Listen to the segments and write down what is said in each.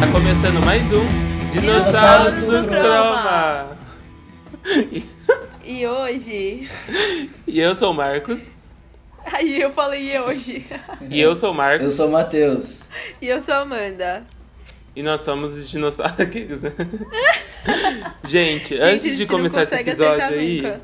Tá começando mais um Dinossauros, Dinossauros do, do Chroma. Chroma. E hoje. E eu sou o Marcos. Aí eu falei e hoje. E eu sou o Eu Marcos. sou o Matheus. E eu sou a Amanda. E nós somos os dinossauros. Aqueles, né? gente, Gente, antes a gente de não começar esse consegue episódio acertar aí, nunca.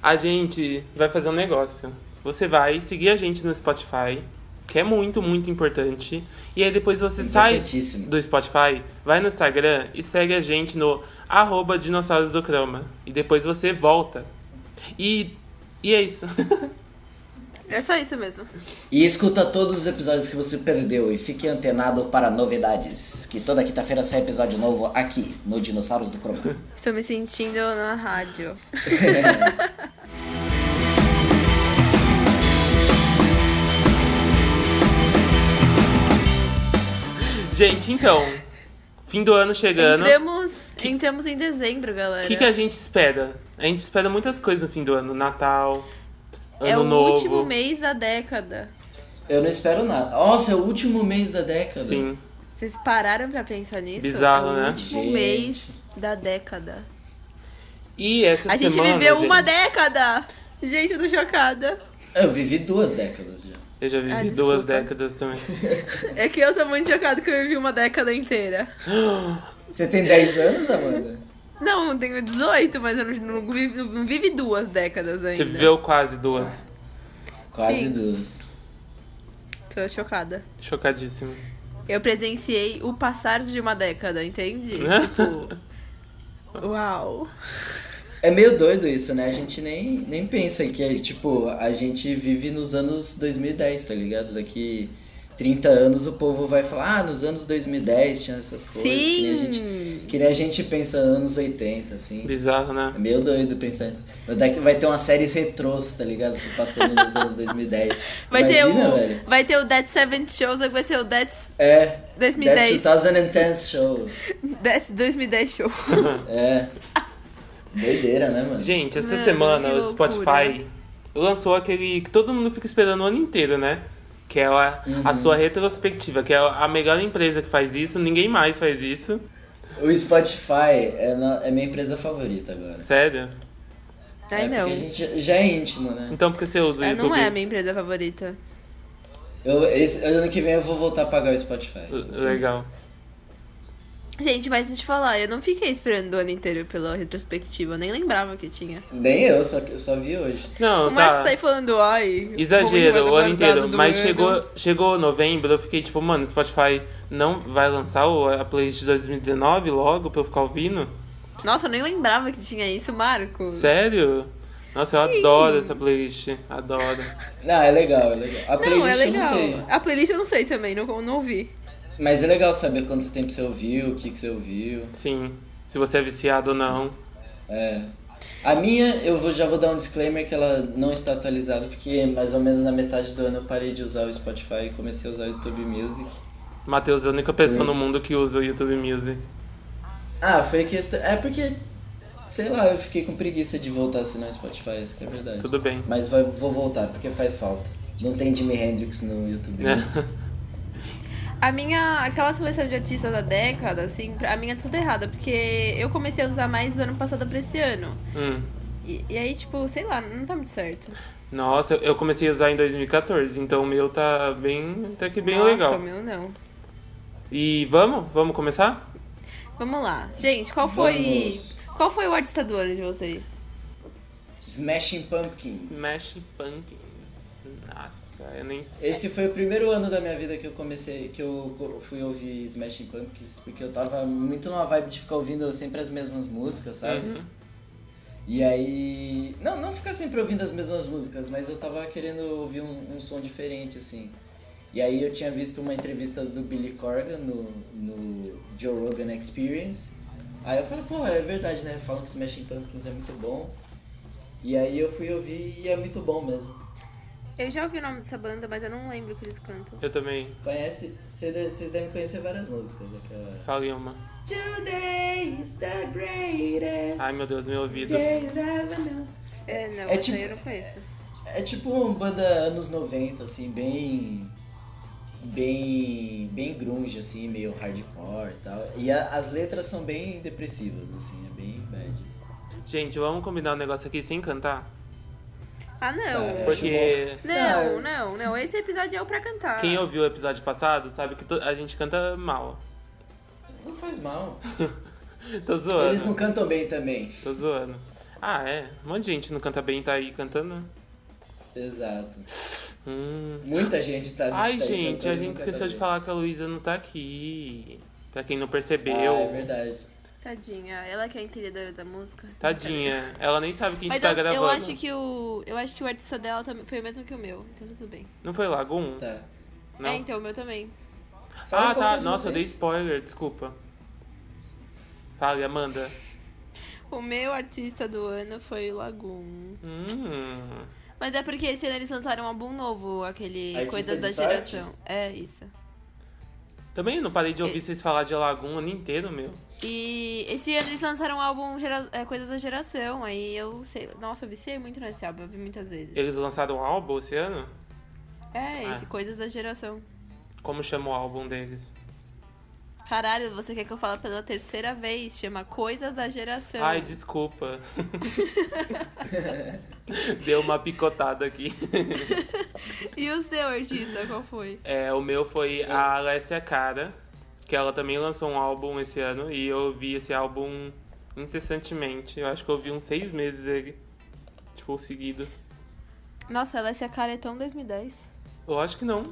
a gente vai fazer um negócio. Você vai seguir a gente no Spotify, que é muito, muito importante. E aí depois você sai Importantíssimo. do Spotify, vai no Instagram e segue a gente no arroba dinossauros do Croma. E depois você volta. E, e é isso. É só isso mesmo. E escuta todos os episódios que você perdeu e fique antenado para novidades. Que toda quinta-feira sai episódio novo aqui no Dinossauros do Chroma. Estou me sentindo na rádio. gente, então, fim do ano chegando. Entramos, entramos em dezembro, galera. O É, que, é que a gente espera? A gente espera muitas coisas no fim do ano. Natal, Ano é o Novo. último mês da década. Eu não espero nada. Nossa, é o último mês da década. Sim. Vocês pararam pra pensar nisso? Bizarro, é o né? último Gente. mês da década. E essa a gente semana. viveu uma gente, década! Gente, eu tô chocada. Eu vivi duas décadas já. Eu já vivi Ah, duas desculpa. décadas também. É que eu tô muito chocada que eu vivi uma década inteira. Você tem 10 É. anos, Amanda? Não, eu tenho 18, mas eu não, não vive, não vive duas décadas ainda. Você viveu quase duas. Quase Sim. duas. Tô chocada. Chocadíssimo. Eu presenciei o passar de uma década, entende? Né? Tipo. Uau! É meio doido isso, né? A gente nem, nem pensa que, é, tipo, a gente vive nos anos 2010, tá ligado? Daqui 30 anos o povo vai falar, ah, nos anos 2010 tinha essas coisas. Que nem a gente, Sim! que nem a gente pensa anos 80, assim. Bizarro, É né? meio doido pensar. Mas daqui vai ter uma série retrôs, tá ligado? Se passando nos anos 2010. Vai Imagina, ter um o. velho. Vai ter o Dead Seventh Shows, vai ser o Dead É. That 2010. 2010 show. Dead 2010 Show. É. Doideira, né, mano? Gente, essa Mano, semana que o loucura. Spotify lançou aquele que todo mundo fica esperando o ano inteiro, né? Que é a, a sua retrospectiva, que é a melhor empresa que faz isso, ninguém mais faz isso. O Spotify é, na- é minha empresa favorita agora. Sério? Ai, é não. Porque a gente já é íntimo, né? Então por que você usa o Ah, YouTube? não é a minha empresa favorita. Eu, esse, ano que vem eu vou voltar a pagar o Spotify. L- Legal. Gente, mas deixa eu te falar, eu não fiquei esperando o ano inteiro pela retrospectiva, eu nem lembrava que tinha. Nem eu, só que eu só vi hoje. Não, O Marcos tá. tá aí falando, ai. Exagero, como o ano inteiro. guardado do Mas ano. chegou, chegou novembro, eu fiquei tipo, mano, o Spotify não vai lançar o- a playlist de 2019 logo pra eu ficar ouvindo? Nossa, eu nem lembrava que tinha isso, Marcos. é Sério? Nossa, eu Sim. adoro essa playlist. Adoro. Não, é legal, é legal. Não, A é playlist legal. eu não sei. A playlist eu não sei também, não, não ouvi. Mas é legal saber quanto tempo você ouviu, o que, que você ouviu. Sim. Se você é viciado ou não. É. A minha, eu vou, já vou dar um disclaimer que ela não está atualizada, porque mais ou menos na metade do ano eu parei de usar o Spotify e comecei a usar o YouTube Music. Matheus, é a única pessoa Sim. no mundo que usa o YouTube Music. Ah, foi questão. É porque, sei lá, eu fiquei com preguiça de voltar a assinar o Spotify, isso que é verdade. Tudo bem. Mas vai- vou voltar, porque faz falta. Não tem Jimi Hendrix no YouTube. É. Music. A minha, aquela seleção de artistas da década, assim, pra- a minha é tudo errada, porque eu comecei a usar mais do ano passado pra esse ano. Hum. E, e aí, tipo, sei lá, não tá muito certo. Nossa, eu comecei a usar em 2014, então o meu tá bem. até que bem Nossa, legal. o meu não. E vamos? Vamos começar? Vamos lá. Gente, qual foi. Vamos. Qual foi o artista do ano de vocês? Smashing Pumpkins. Smash Pumpkins. Nossa, eu nem sei. Esse foi o primeiro ano da minha vida que eu comecei, que eu co- fui ouvir Smashing Pumpkins, porque eu tava muito numa vibe de ficar ouvindo sempre as mesmas músicas, sabe? Uhum. E aí. Não, não ficar sempre ouvindo as mesmas músicas, mas eu tava querendo ouvir um, um som diferente, assim. E aí eu tinha visto uma entrevista do Billy Corgan no, no Joe Rogan Experience. Aí eu falei, pô, é verdade, né? Falam que Smashing Pumpkins é muito bom. E aí eu fui ouvir e é muito bom mesmo. Eu já ouvi o nome dessa banda, mas eu não lembro o que eles cantam. Eu também. Conhece, cê de- vocês devem conhecer várias músicas, aquela. Falei uma. Today is the greatest. Ai meu Deus, meu ouvido. day you never know. É, não, É essa tipo- aí eu não conheço. É tipo uma banda anos 90, assim, bem. bem bem grunge assim, meio hardcore e tal. E a- as letras são bem depressivas assim, é bem bad. Gente, vamos combinar um negócio aqui sem cantar? Ah, não. É, Porque Não, né? não, não. Esse episódio é o pra cantar. quem ouviu o episódio passado sabe que to- a gente canta mal. Não faz mal. Tô zoando. Eles não cantam bem também. Tô zoando. Ah, é. Um monte de gente não canta bem e tá aí cantando. Exato. Hum. Muita gente tá Ai, tá aí gente, a cantando e não gente canta esqueceu de bem. falar que a Luísa não tá aqui. Pra quem não Ah, é percebeu. verdade. Tadinha, ela que é a entendedora da música. Tadinha. Ela nem sabe que a gente Mas tá eu, gravando. eu acho que o. Eu acho que o artista dela também foi o mesmo que o meu. Então tudo bem. Não foi Lagoon? Tá. Não. É, então o meu também. Fala ah, qual tá. foi de Nossa, eu dei vocês. spoiler, desculpa. Fale, Amanda. O meu artista do ano foi o Lagoon. Hum. Mas é porque esse ano eles lançaram um álbum novo, aquele Artista Coisas de da sorte? Geração. É, isso. Também não parei de ouvir vocês falar de Lagoon o ano inteiro, meu. E esse ano eles lançaram um álbum gera- é, Coisas da Geração. Aí eu sei. Nossa, eu viciei muito nesse álbum, eu vi muitas vezes. Eles lançaram um álbum esse ano? É, esse Ah. Coisas da Geração. Como chama o álbum deles? Caralho, você quer que eu fale pela terceira vez? Chama Coisas da Geração. Ai, desculpa. Deu uma picotada aqui. E o seu artista, qual foi? É, o meu foi a Alessia Cara, que ela também lançou um álbum esse ano e eu ouvi esse álbum incessantemente. Eu acho que eu ouvi uns seis meses ele, tipo, seguidos. Nossa, ela essa cara é tão 2010. Eu acho que não.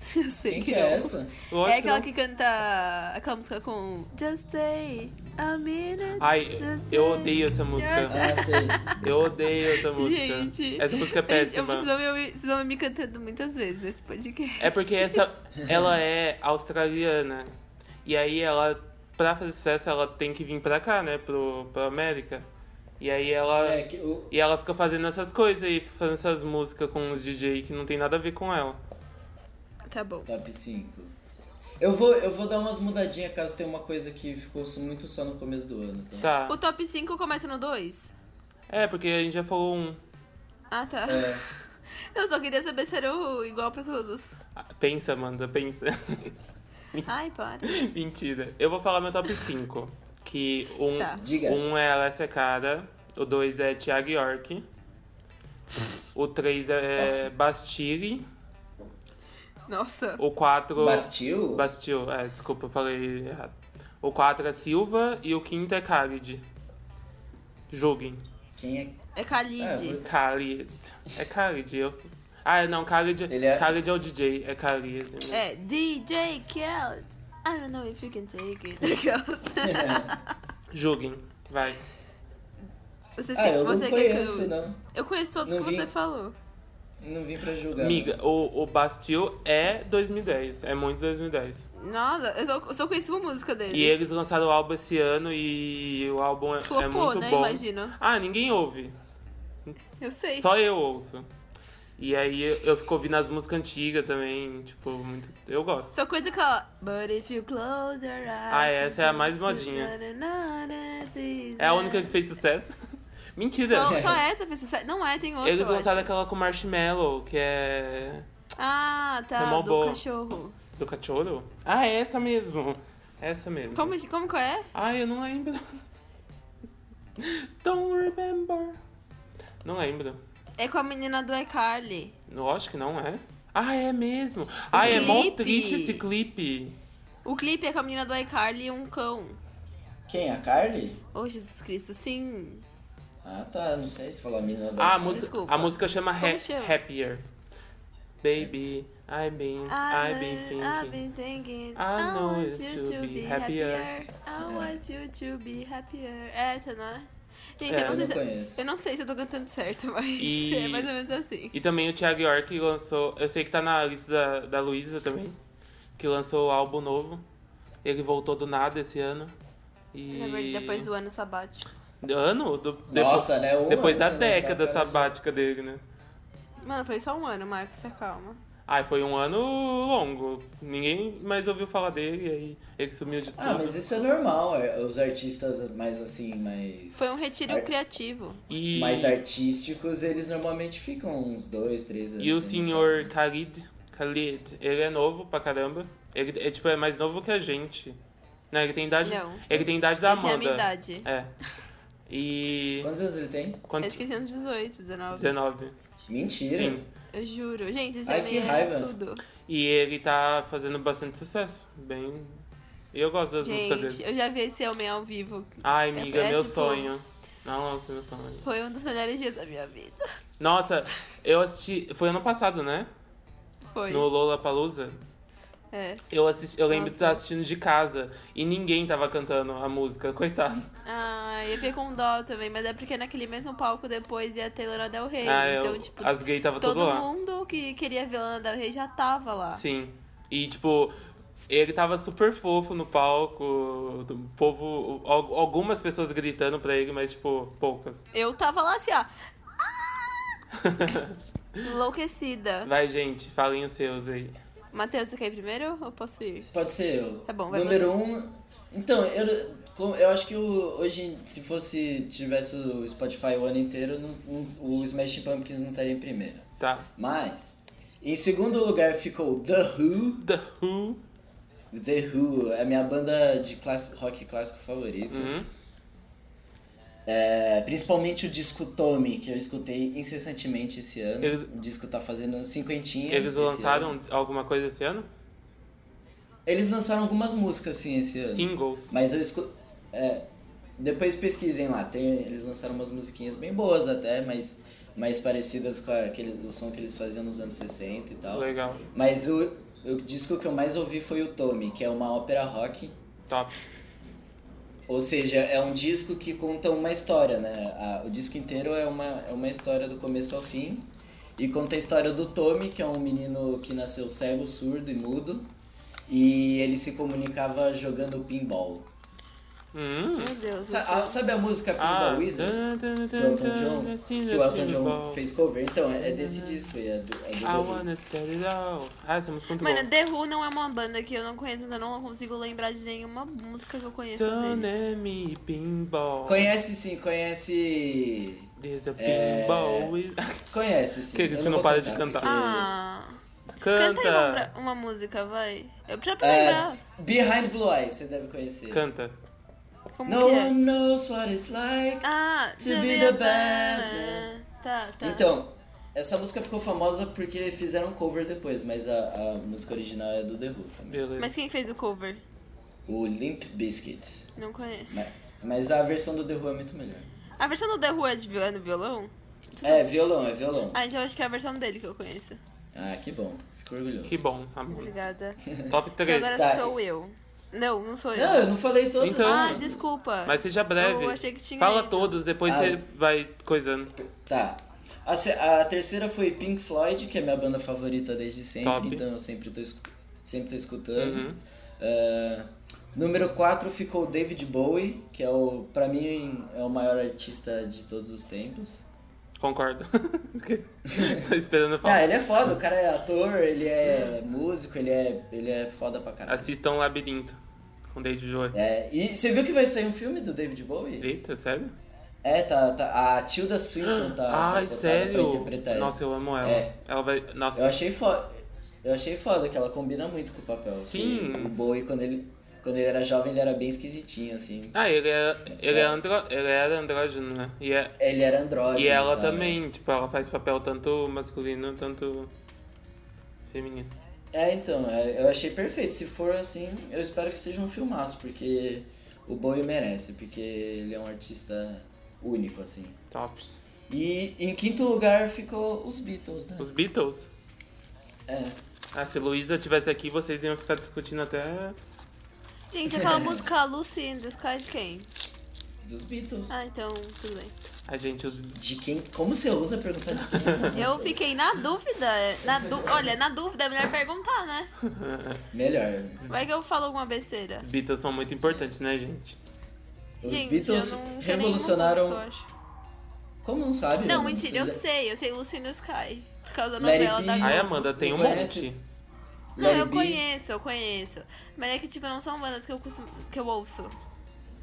Eu sei Quem que, que não. é essa? Eu acho É aquela que, que canta aquela música com Just Stay a Minute. não. Ai, just eu stay. odeio essa música. Ah, sei. Eu odeio essa música. Gente, Essa música é péssima. Eu, vocês, vão me, ouvir- vocês vão me cantando muitas vezes nesse podcast. É porque essa ela é australiana. E aí ela pra fazer sucesso ela tem que vir pra cá, né, pro pra América. E aí ela É, que o- e ela fica fazendo essas coisas aí, fazendo essas músicas com uns DJ que não tem nada a ver com ela. Tá bom. Top 5. Eu vou, eu vou dar umas mudadinhas caso tenha uma coisa que ficou muito só no começo do ano. Tá? Tá. O top 5 começa no 2? É, porque a gente já falou um. Ah, tá. É, Eu só queria saber se era o igual pra todos. Ah, Pensa, Amanda, pensa. Ai, para. Mentira. Eu vou falar meu top 5. Que um, Tá. Diga. um é Alessia Cara, o dois é Thiago York, o três é Nossa. Bastille, Nossa. o quatro Bastil? Bastil, é, desculpa, eu falei errado. O 4 é Silva e o quinto é Khalid. Julguem. Quem é? É Khalid. É, vou- Khalid. É Khalid, eu. Ah, não, Khalid, Ele é- Khalid é o DJ, é Khalid. né? É, DJ Khaled. I don't know if you can take it. Aquelas. Julguem, vai. Vocês ah, têm- eu não você quer que é conheço, eu... não. eu conheço todos Não que vi. você falou. Não vim pra julgar. né? Amiga, o, o Bastil é 2010, é muito 2010. Nada, eu só, eu só conheço uma música dele. E eles lançaram o álbum esse ano e o álbum é, é Flopou, muito né? bom. Imagino. Ah, ninguém ouve. Eu sei. Só eu ouço. E aí eu eu fico ouvindo as músicas antigas também, tipo, muito. Eu gosto. Só coisa que ela. But if you close your eyes. Ah, essa é a mais modinha. É a única que fez sucesso. Mentira. Não, só essa fez sucesso. Não é, tem outra. Eles eu lançaram acho. aquela com Marshmallow, que é. Ah, tá. É mó do boa. cachorro. Do cachorro? Ah, é essa mesmo. É Essa mesmo. Como, como que é? Ah, eu não lembro. Don't remember. Não lembro. É com a menina do iCarly. Eu acho que não é. Ah, é mesmo. Ah, é mó clipe. triste esse clipe. O clipe é com a menina do iCarly e um cão. Quem? A Carly? Oh, Jesus Cristo, sim. Ah, tá. Não sei se falou a menina da- Ah, a, música- Desculpa. a música chama, Como Ha- chama? Happier. Baby, I've been, I've been I've thinking. been thinking. I know want it you Ah, to to be be happier. happier. I want you to be happier. É Essa, né? Gente, É, eu, não eu sei não se, conheço. eu não sei se eu tô cantando certo, mas E- é mais ou menos assim. E também o Thiago York lançou. Eu sei que tá na lista da, da Luísa também, que lançou o álbum novo. Ele voltou do nada esse ano. E. Na É verdade, depois do ano sabático. do ano? Do- Nossa, né? Um Depois ano da sem lançar, década cara, já- sabática dele, né? Mano, foi só um ano, Marcos, se acalma. Ai, foi um ano longo. Ninguém mais ouviu falar dele, e aí ele sumiu de tudo. Ah, mas isso é normal. é, Os artistas mais assim, mais. Foi um retiro ar- criativo. E, é Mais artísticos, eles normalmente ficam uns dois, três anos. e o sem lançar. senhor Khalid Khalid, ele é novo pra caramba. Ele é, tipo, é mais novo que a gente. Não, ele tem idade. Não. Ele tem idade da Ele tem Amanda. a minha idade. É. E. Quantos anos ele tem? Quanto? Acho que é tem uns 18, 19. 19. Mentira. Sim. Eu juro. Gente, esse Ai, homem que é raiva. tudo. E ele tá fazendo bastante sucesso. Bem. E eu gosto das músicas Gente, dele. eu já vi esse homem ao vivo. Ai, amiga, é meu tipo- sonho. Nossa, meu sonho. Foi um dos melhores dias da minha vida. Nossa, eu assisti. Foi ano passado, né? Foi. No Lola Palusa. É. Eu, assisti, eu lembro de estar Nossa. assistindo de casa e ninguém tava cantando a música, coitado. Ah, eu fiquei com dó também, mas é porque naquele mesmo palco depois ia ter Lana Del Rey. Ah, então, eu- tipo, as gays tava todo tudo lá. mundo que queria ver Lana Del Rey já tava lá. Sim. E tipo, ele tava super fofo no palco, o povo. al- Algumas pessoas gritando pra ele, mas tipo, poucas. Eu tava lá assim, ó. Enlouquecida. Vai, gente, falem os seus aí. Matheus, você quer ir primeiro ou posso ir? Pode ser eu. Tá bom, vai Número um. Então, eu, com- eu acho que o- hoje, se fosse tivesse o Spotify o ano inteiro, não- não- o Smash Pumpkins não estaria em primeiro. Tá. Mas, em segundo lugar ficou The Who. The Who. The Who é a minha banda de clássico- rock clássico favorita. Uhum. É, principalmente o disco Tommy, que eu escutei incessantemente esse ano. Eles- O disco tá fazendo cinquentinha. Eles esse ano. lançaram alguma coisa esse ano? Eles lançaram algumas músicas, sim, esse ano. Singles. Mas eu escuto. É, depois pesquisem lá, tem, eles lançaram umas musiquinhas bem boas até, mas mais parecidas com aquele, o som que eles faziam nos anos 60 e tal. Legal. Mas o, o disco que eu mais ouvi foi o Tommy, que é uma ópera rock. Top. Ou seja, é um disco que conta uma história, né? A- o disco inteiro é uma, é uma história do começo ao fim. E conta a história do Tommy, que é um menino que nasceu cego, surdo e mudo. E ele se comunicava jogando pinball. Hum. Meu Deus do Sa- ah, a- céu. sabe a música Pinball Ah, Wizard? Do Elton Elton John? assim, Que o Elton John fez cover, então é é desse disco aí, é do, é do I Beatles. wanna start it all. Ah, essa música é muito Mano, boa. The Who não é uma banda que eu não conheço, mas eu não consigo lembrar de nenhuma música que eu conheço deles. Tsunami Pinball. Conhece sim, conhece. There's a É. pinball with- Conhece sim. Que isso, Eu que não vou para de cantar. porque- Ah. Canta aí uma, Canta! bra- uma música, vai. Eu pra pra É, lembrar Behind Blue Eyes, você deve conhecer. Canta. como No que é. one knows what it's like. Ah, To be the bad Tá, tá. Então, essa música ficou famosa porque fizeram um cover depois, mas a, a música original é do The Who também. Beleza. Mas quem fez o cover? O Limp Bizkit. Não conheço. Mas, mas a versão do The Who é muito melhor. A versão do The Who é, de vi- é no violão? É, violão, é violão. Ah, então acho que é a versão dele que eu conheço. Ah, que bom. Fico orgulhoso. Que bom, amor. Obrigada. Top E 3. agora Sabe. sou eu. Não, não sou eu. Não, eu não falei todos. Então- ah, desculpa. Mas seja breve. Eu achei que tinha Fala ido. todos, depois Ah. você vai coisando. Tá. A, se- a terceira foi Pink Floyd, que é minha banda favorita desde sempre, Top. então eu sempre tô, escu- sempre tô escutando. Uhum. Ah, número 4 ficou o David Bowie, que é o, pra mim é o maior artista de todos os tempos. Concordo. Tô esperando Ah, falar. ele é foda, o cara é ator, ele é músico, ele é, ele é foda pra caralho. Assistam Labirinto. Com David Joy. É, e você viu que vai sair um filme do David Bowie? Eita, sério? É, tá, tá- a Tilda Swinton tá, tá Ai, cotada pra sério? interpretar ele. Nossa, eu amo ela. É. Ela vai. Nossa, Eu achei foda. Eu achei foda que ela combina muito com o papel. Sim. Que O Bowie, quando ele, quando ele era jovem, ele era bem esquisitinho, assim. Ah, ele era, ele, é É. andro, ele era andrógeno, né? E, é, Ele era andrógeno. tá, é. e ela tal. também, tipo, ela faz papel tanto masculino, tanto feminino. É, então, é, eu achei perfeito. Se for assim, eu espero que seja um filmaço, porque o Bowie merece, porque ele é um artista único, assim. Tops. E em quinto lugar ficou os Beatles, né? Os Beatles. É. Ah, se Luísa tivesse aqui, vocês iam ficar discutindo até... Gente, aquela música Lucy in the Sky de quem? Dos Beatles. Ah, então, tudo bem. A gente, os... De quem? Como você usa perguntar de quem? é Eu fiquei na dúvida. Na dú... Olha, na dúvida é melhor perguntar, né? Melhor. Vai que eu falo alguma besteira. os Beatles são muito importantes, né, gente? Os Gente, Beatles eu não sei nenhuma revolucionaram. música, eu acho. Como não sabe? Não, Ana? mentira, eu Você- sei. Eu sei Lucy in the Sky. Por causa da Let It novela Be. da Ah, Ai, Globo. Amanda, tem um Conhece? monte. Não, Let eu It Be. conheço, eu conheço. Mas é que, tipo, não são bandas que eu, costumo, que eu ouço.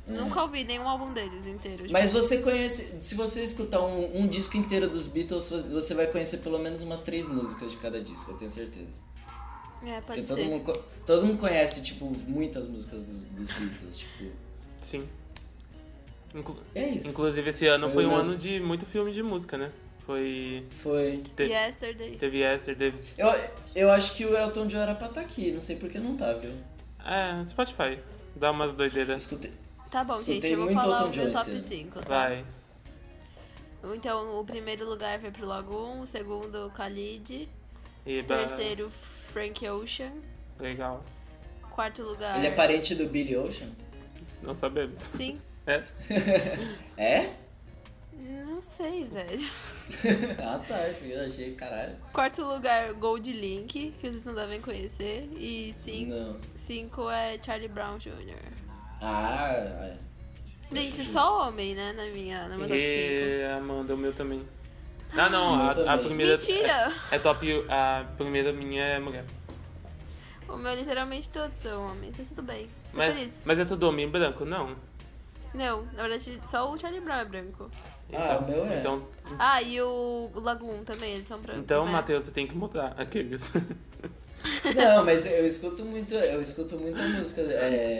Nunca ouvi nenhum álbum deles inteiro. tipo. É. Mas você conhece, se você escutar um, um disco inteiro dos Beatles, você vai conhecer pelo menos umas três músicas de cada disco, eu tenho certeza. É, Porque pode todo ser. mundo, co- todo mundo conhece, tipo, muitas músicas dos, dos Beatles, tipo. Sim. Inclu- É isso. Inclusive, esse ano Foi foi o um meu- ano de muito filme de música, né? Foi. Foi. Te- Yesterday. Teve Esther, teve. Eu, eu acho que o Elton John era pra estar aqui, não sei por que não tá, viu? É, Spotify. Dá umas Eu doideiras. escutei. Tá bom, Escutei gente, eu vou muito falar Elton o meu John top esse ano. 5, tá? Vai. Então, o primeiro lugar foi pro Lagoon, o segundo, Khalid, E ba- terceiro, Frank Ocean, Legal. quarto lugar... Ele é parente do Billy Ocean? Não sabemos. Sim, É. É? não sei, velho. ah tá, eu fiquei- eu achei, caralho. Quarto lugar, Gold Link, que vocês não devem conhecer. E cin- Não. cinco é Charlie Brown Jr. Ah, é. Gente, Justo. só homem, né, na minha, na minha top 5. E Amanda, o meu também. Ah, não, O meu a, a também. primeira. Mentira! É, é top. A primeira minha é mulher. O meu, literalmente, todos são homens, mas tudo bem. Tô feliz. Mas, mas é tudo homem branco? Não. Não, na verdade, só o Charlie Brown é branco. Ah, o meu é. Então, Ah, e o Lagoon também, eles são brancos, então né? Matheus, você tem que mudar aqueles. Não, mas eu, eu escuto muito, eu escuto muita música é,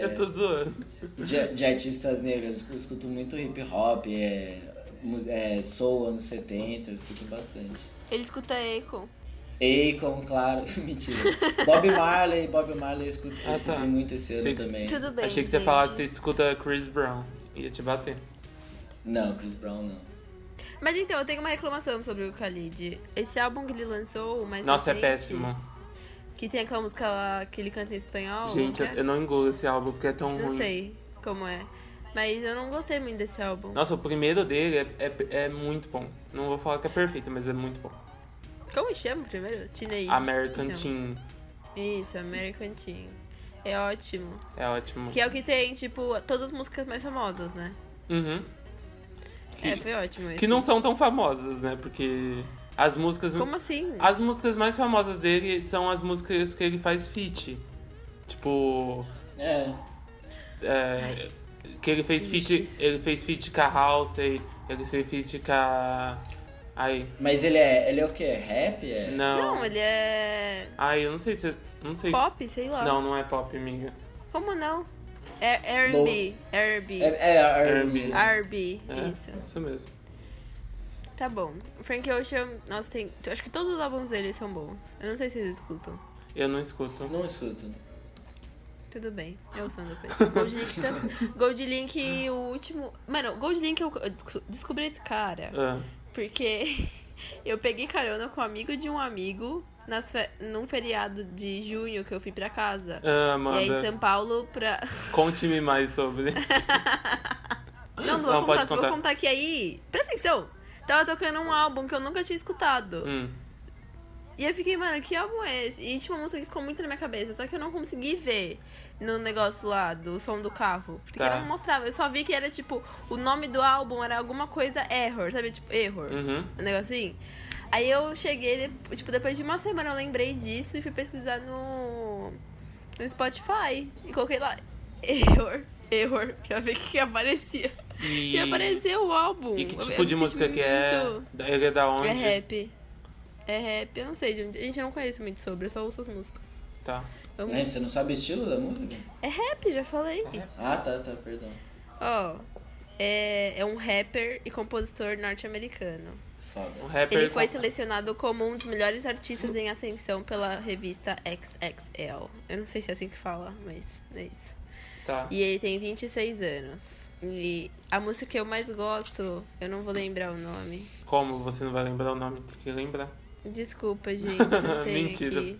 Eu tô zoando. de, de artistas negros, eu escuto muito hip hop, é, mus- é, soul anos 70, eu escuto bastante. Ele escuta eco. Akon, claro, mentira. Bob Marley, Bob Marley eu escuto, eu Ah, escutei tá. muito esse ano Sei que- também. Tudo bem, Achei que você ia gente. falar que você escuta Chris Brown. Ia te bater. Não, Chris Brown não. Mas então, eu tenho uma reclamação sobre o Khalid. Esse álbum que ele lançou, o mais Nossa, é recente, péssimo. Que tem aquela música lá que ele canta em espanhol. Gente, eu, né? eu não engulo esse álbum porque é tão Não ruim. sei como é. Mas eu não gostei muito desse álbum. Nossa, o primeiro dele é, é, é muito bom. Não vou falar que é perfeito, mas é muito bom. Como chama primeiro? Teenage. American não. Teen Isso, American Teen. É ótimo. é ótimo. Que é o que tem, tipo, todas as músicas mais famosas, né? Uhum. Que, é, foi ótimo esse. que não são tão famosas, né? Porque as músicas. Como assim? As músicas mais famosas dele são as músicas que ele faz feat. Tipo. É, é, que ele fez feat. Ixi. Ele fez feat com a Halsey, ele fez feat com a. Ai. mas ele é, ele é o quê? Rap? É? Não. Não, ele é Ai, eu não sei se. Não sei. pop, sei lá. Não, não é pop, amiga. Como não? É R&B. R&B. É, é R&B. R&B. né? R&B, É, isso. isso mesmo. Tá bom. O Frank Ocean, nossa, tem... Acho que todos os álbuns dele são bons. Eu não sei se vocês escutam. Eu não escuto. Não escuto. Tudo bem, eu sou depois. Gold Link também. Gold Link, o último. Mano, Gold Link eu eu descobri esse cara. Ah, Porque eu peguei carona com um amigo de um amigo nas fe- num feriado de junho que eu fui pra casa. ah, E aí de Amanda, São Paulo pra. conte-me mais sobre. Não, não vou Não, contar, pode só contar. vou contar aqui aí. Presta atenção! Tava tocando um álbum que eu nunca tinha escutado. Hum, E eu fiquei, mano, que álbum é esse? E tinha uma música que ficou muito na minha cabeça, só que eu não consegui ver no negócio lá do som do carro. Porque Tá. não mostrava, eu só vi que era tipo, o nome do álbum era alguma coisa error, sabe? Tipo, error. uhum. Um negocinho. Aí eu cheguei, de- tipo, depois de uma semana eu lembrei disso e fui pesquisar no, no Spotify. E coloquei lá, error, error, pra ver o que, que aparecia. E, E, apareceu o álbum. e que Eu- tipo eu de me senti música que é? muito- Ele é da onde? é rap. É rap, eu não sei de onde. A gente não conhece muito sobre, eu só ouço as músicas. Tá. Eu- Né, Você não sabe o estilo da música? É rap, já falei. Ah, tá, tá, perdão. Ó, é, é um rapper e compositor norte-americano. Foda. Um rapper Ele foi com- selecionado como um dos melhores artistas em ascensão pela revista XXL. Eu não sei se é assim que fala, mas é isso. Tá. E ele tem 26 anos. E a música que eu mais gosto, eu não vou lembrar o nome. Como você não vai lembrar o nome? Tem que lembrar. Desculpa, gente, não tem Mentira. aqui.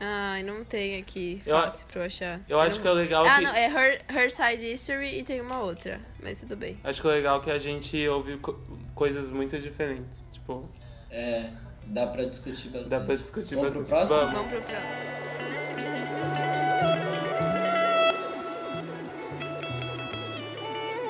Ai, não tem aqui. Eu a- Fácil pra eu achar. Eu acho não- que é legal Ah, que- não, é Her, Her Side History e tem uma outra. Mas tudo bem. Acho que o legal é que a gente ouve co- coisas muito diferentes. Tipo, É, dá pra discutir bastante. dá pra discutir Vamos bastante. pro próximo? Vamos. Vamos pro próximo. Artista.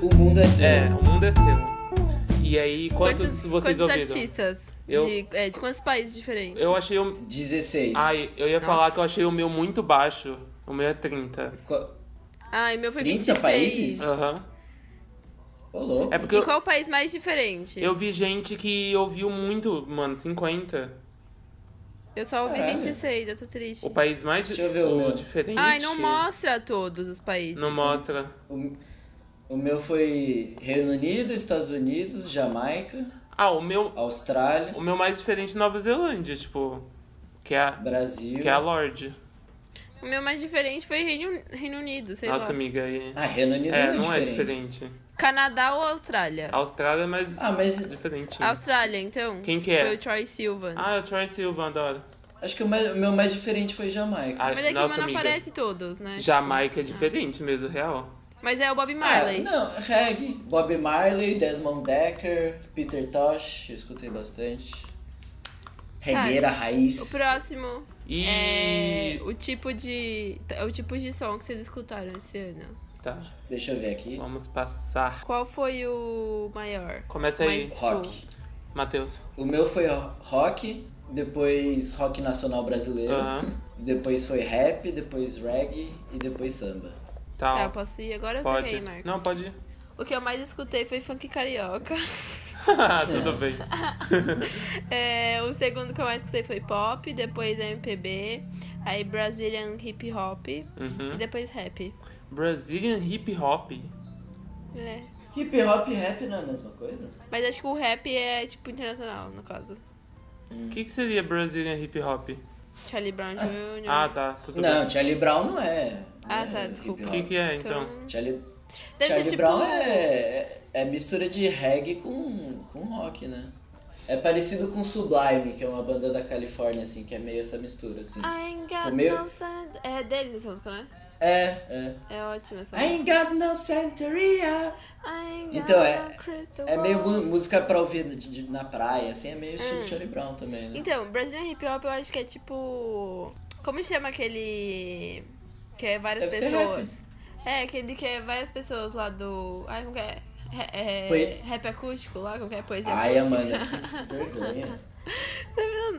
O mundo é seu. É, o mundo é seu. E E aí, quantos, vocês quantos ouviram? artistas? Eu- De, é, de quantos países diferentes? Eu achei o. 16. Ai, eu ia falar Nossa. que eu achei o meu muito baixo. O meu é 30. Co- Ai, Ah, meu foi 30 26. países? Aham. Ô, louco. É Ah, porque E eu, qual é? o país mais diferente? eu vi gente que ouviu muito, mano, 50. Eu só ouvi Caralho. 26, eu tô triste. O país mais di- Deixa eu ver o meu. diferente. Ai, não mostra todos os países. Não mostra. O, o meu foi Reino Unido, Estados Unidos, Jamaica, Ah, o meu, Austrália, o meu mais diferente é Nova Zelândia, tipo. Que é a, Brasil. que é a Lorde. O meu mais diferente foi Reino, Reino Unido, sei Nossa, lá. amiga. E... Ah, Reino Unido É, não não é é diferente. diferente. Canadá ou Austrália? A Austrália é mais Ah, mas diferente. Austrália, então. Quem que é? Foi o Troy Silva. Ah, o Troy Silva, adoro. acho que o, mais- o meu mais diferente foi Jamaica. Ah, Mas é que nossa, mano, amiga. aparece todos, né? Jamaica é diferente mesmo, real. Mas é o Bob Ah, Marley. não, reggae, Bob Marley, Desmond Decker, Peter Tosh, eu escutei bastante. Regueira, o raiz. próximo E. é o tipo de. É o tipo de som que vocês escutaram esse ano. Tá, Deixa eu ver aqui. vamos passar. Qual foi o maior? Começa aí, Mas- Rock. Matheus. O meu foi rock, depois rock nacional brasileiro, Aham. depois foi rap, depois reggae e depois samba. Tá, Tá, eu posso ir agora ou você pode. quer ir, Marcos? Não, pode ir. O que eu mais escutei foi funk carioca. Tudo bem. É, o segundo que eu mais escutei foi pop, depois MPB, aí Brazilian hip hop e Uhum. depois rap. Brazilian hip hop. É. Hip hop e rap não é a mesma coisa? Mas acho que o rap é tipo internacional, no caso. O que, que seria Brazilian hip hop? Charlie Brown Jr. Ah, tá, tudo Não, bem. Charlie Brown não é. Ah, não tá, é desculpa. O hip-hop. que, que é então? Então, Charlie, Deve Charlie ser tipo- Brown é, é mistura de reggae com, com rock, né? É parecido com Sublime, que é uma banda da Califórnia, assim, que é meio essa mistura, assim. I ain't got Tipo, meio- no sand. É deles essa música, né? É, é. É ótima essa I ain't música. got no Santeria! I ain't got Então, é- no crystal É meio ball. mu- música pra ouvir de- de- na praia, assim, é meio estilo Charlie Brown também, né? Então, Brazilian Hip Hop eu acho que é tipo. Como chama aquele. Que é várias Deve ser pessoas. É, aquele que é várias pessoas lá do. Ai, como que é? Re- é- Poe- Rap acústico lá, como que é? Poesia Ai, acústica. Amanda, que vergonha.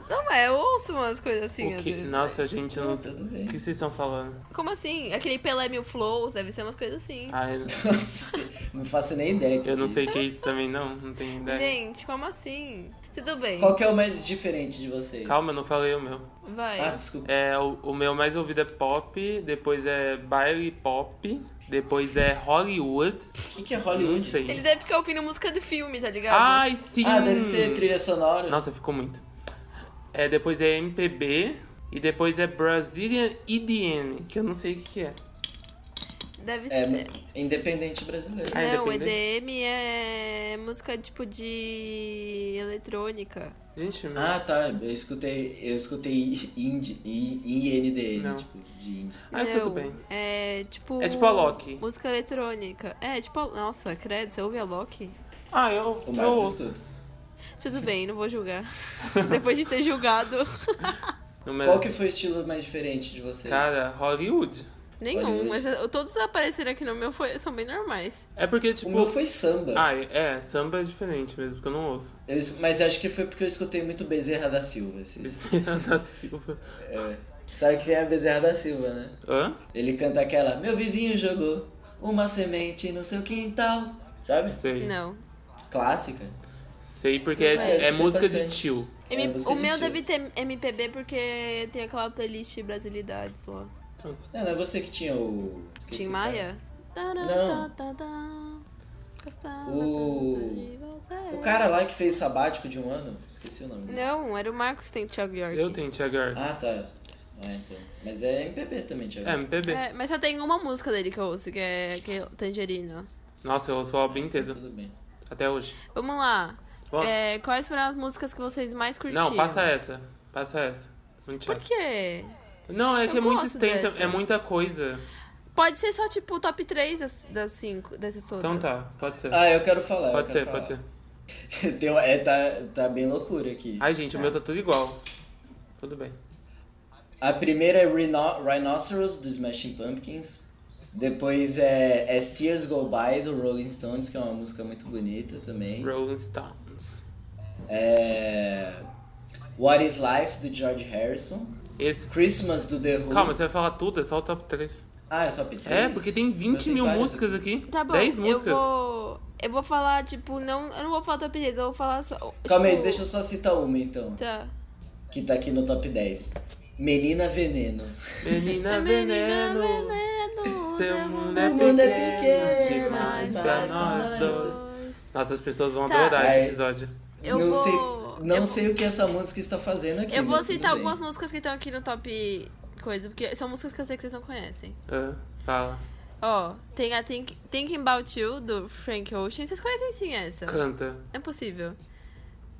Não, mas eu ouço umas coisas assim. O às que... vezes. Nossa, gente, eu não sei. Tudo O bem. que vocês estão falando? Como assim? Aquele Pelé Mil Flows, deve ser umas coisas assim. Ah, eu- Nossa, não faço nem ideia. que eu não que- sei o que é isso também, não. Não tenho ideia. Gente, como assim? Tudo bem. Qual que é o mais diferente de vocês? Calma, eu não falei o meu. Vai. Ah, desculpa. É, o, o meu mais ouvido é pop, depois é baile pop, depois é Hollywood. O que, que é Não Hollywood? sei. Ele deve ficar ouvindo música do filme, tá ligado? Ai, sim! Ah, deve ser trilha sonora. Nossa, ficou muito. É, depois é MPB e depois é Brazilian EDM, que eu não sei o que, que é. Deve É, ser. independente brasileiro. Ah, Não, independente? EDM é música tipo de eletrônica. Gente, meu. Ah, tá. Eu escutei, eu escutei indie, I- INDN, Não. tipo, de indie. Ai, Não, Ah, tudo bem. É tipo. É tipo a Loki. Música eletrônica. É tipo. a- Nossa, credo, você ouve a Loki? Ah, eu, O é eu Marcos ouço. escuta. Tudo bem, não vou julgar. Depois de ter julgado Número... Qual que foi o estilo mais diferente de vocês? Cara, Hollywood. nenhum, Olha, mas eu- todos apareceram aqui no meu foi- são bem normais. É porque, o tipo... meu foi samba. Ah, é, samba é diferente mesmo, porque eu não ouço. Eu es- mas acho que foi porque eu escutei muito Bezerra da Silva. Esse, Bezerra da Silva. é. Sabe quem é Bezerra da Silva, né? Hã? Ele canta aquela Meu vizinho jogou uma semente no seu quintal. Sabe? Sei. Não. Clássica. Sei porque é, Não, de- é, é sei música de bastante. tio. É M- música o de meu tio. deve ter MPB porque tem aquela playlist Brasilidades lá. Não, não é você que tinha o. esqueci Tim o cara. Maia? tá, Não. Gostava O- tanto tá, de É. você. O cara lá que fez sabático de um ano, esqueci o nome. dele. Não, era o Marcos que tem o Thiago York. Eu tenho Tia Girl. Ah, tá. Ah, então. Mas é MPB também, Thiago. É, MPB. É, mas só tem uma música dele que eu ouço, que é, que é Tangerino. Nossa, eu ouço o álbum inteiro. Tudo bem. Até hoje. Vamos lá. Vamos. É, quais foram as músicas que vocês mais curtiram? Não, passa essa. Passa essa. Muito Por chato. quê? Não, é que Eu é muito gosto extensa, dessa. é muita coisa. Pode ser só tipo o top 3 das, das cinco, dessas todas. Então tá, pode ser. Ah, eu quero falar. pode eu ser, quero pode falar. ser. Tem uma- é, tá, tá bem loucura aqui. Ai, gente, o meu tá tudo igual. Tudo bem. A primeira é Rhino Rhinoceros, do Smashing Pumpkins. Depois é As Tears Go By, do Rolling Stones, que é uma música muito bonita também. Rolling Stones. É... What Is Life, do George Harrison. Esse... Christmas, do The Who. Calma, você vai falar tudo, é só o top 3. Ah, é o top 3? É, porque tem 20 mil músicas aqui. Tá bom, 10 músicas. eu vou. Eu vou falar, tipo, não. Eu não vou falar top 10, eu vou falar só. Calma aí, tipo, deixa eu só citar uma então, Tá. que tá aqui no top 10. Menina Veneno. Menina Menina, Veneno. Tá veneno. Seu né, mundo mano? é O mundo é pequeno pequeno demais demais pra pra nós nós dois. Nossa, as pessoas vão Tá. adorar esse Aí. episódio. Eu não vou- sei, não eu- sei o que essa música está fazendo aqui. Eu vou mas tudo citar bem. algumas músicas que estão aqui no top coisa, porque são músicas que eu sei que vocês não conhecem. É, fala. Ó, tem a Think, Thinking About You, do Frank Ocean. Vocês conhecem sim essa? Canta. Não é possível.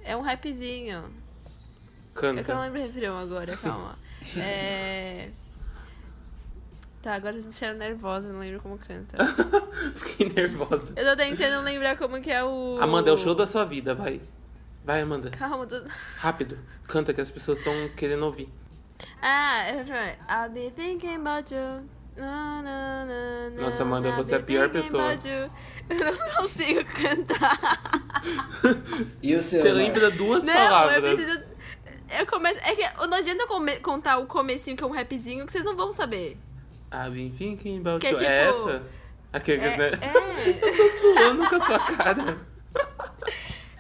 É um rapzinho. É que eu não Canta. lembro o refrão agora, calma. É. Tá, agora vocês me deixaram nervosa, não lembro como canta. Fiquei nervosa. Eu tô tentando lembrar como que é o. Amanda, é o show da sua vida, vai. Vai, Amanda. Calma, tô... Rápido. Canta que as pessoas estão querendo ouvir. Ah, é o refrão. é, I'll be thinking about you. Na, na, na, na, Nossa, Amanda, I'll você é a be pior thinking pessoa. about you. Eu não consigo cantar. E o seu? Você Marcos? lembra duas não, palavras. eu preciso. Eu começo. É que não adianta eu come- contar o comecinho que é um rapzinho que vocês não vão saber. I've been thinking about Que é you. tipo- É essa? Aqueles, É, né? é. Tô zoando com a sua cara.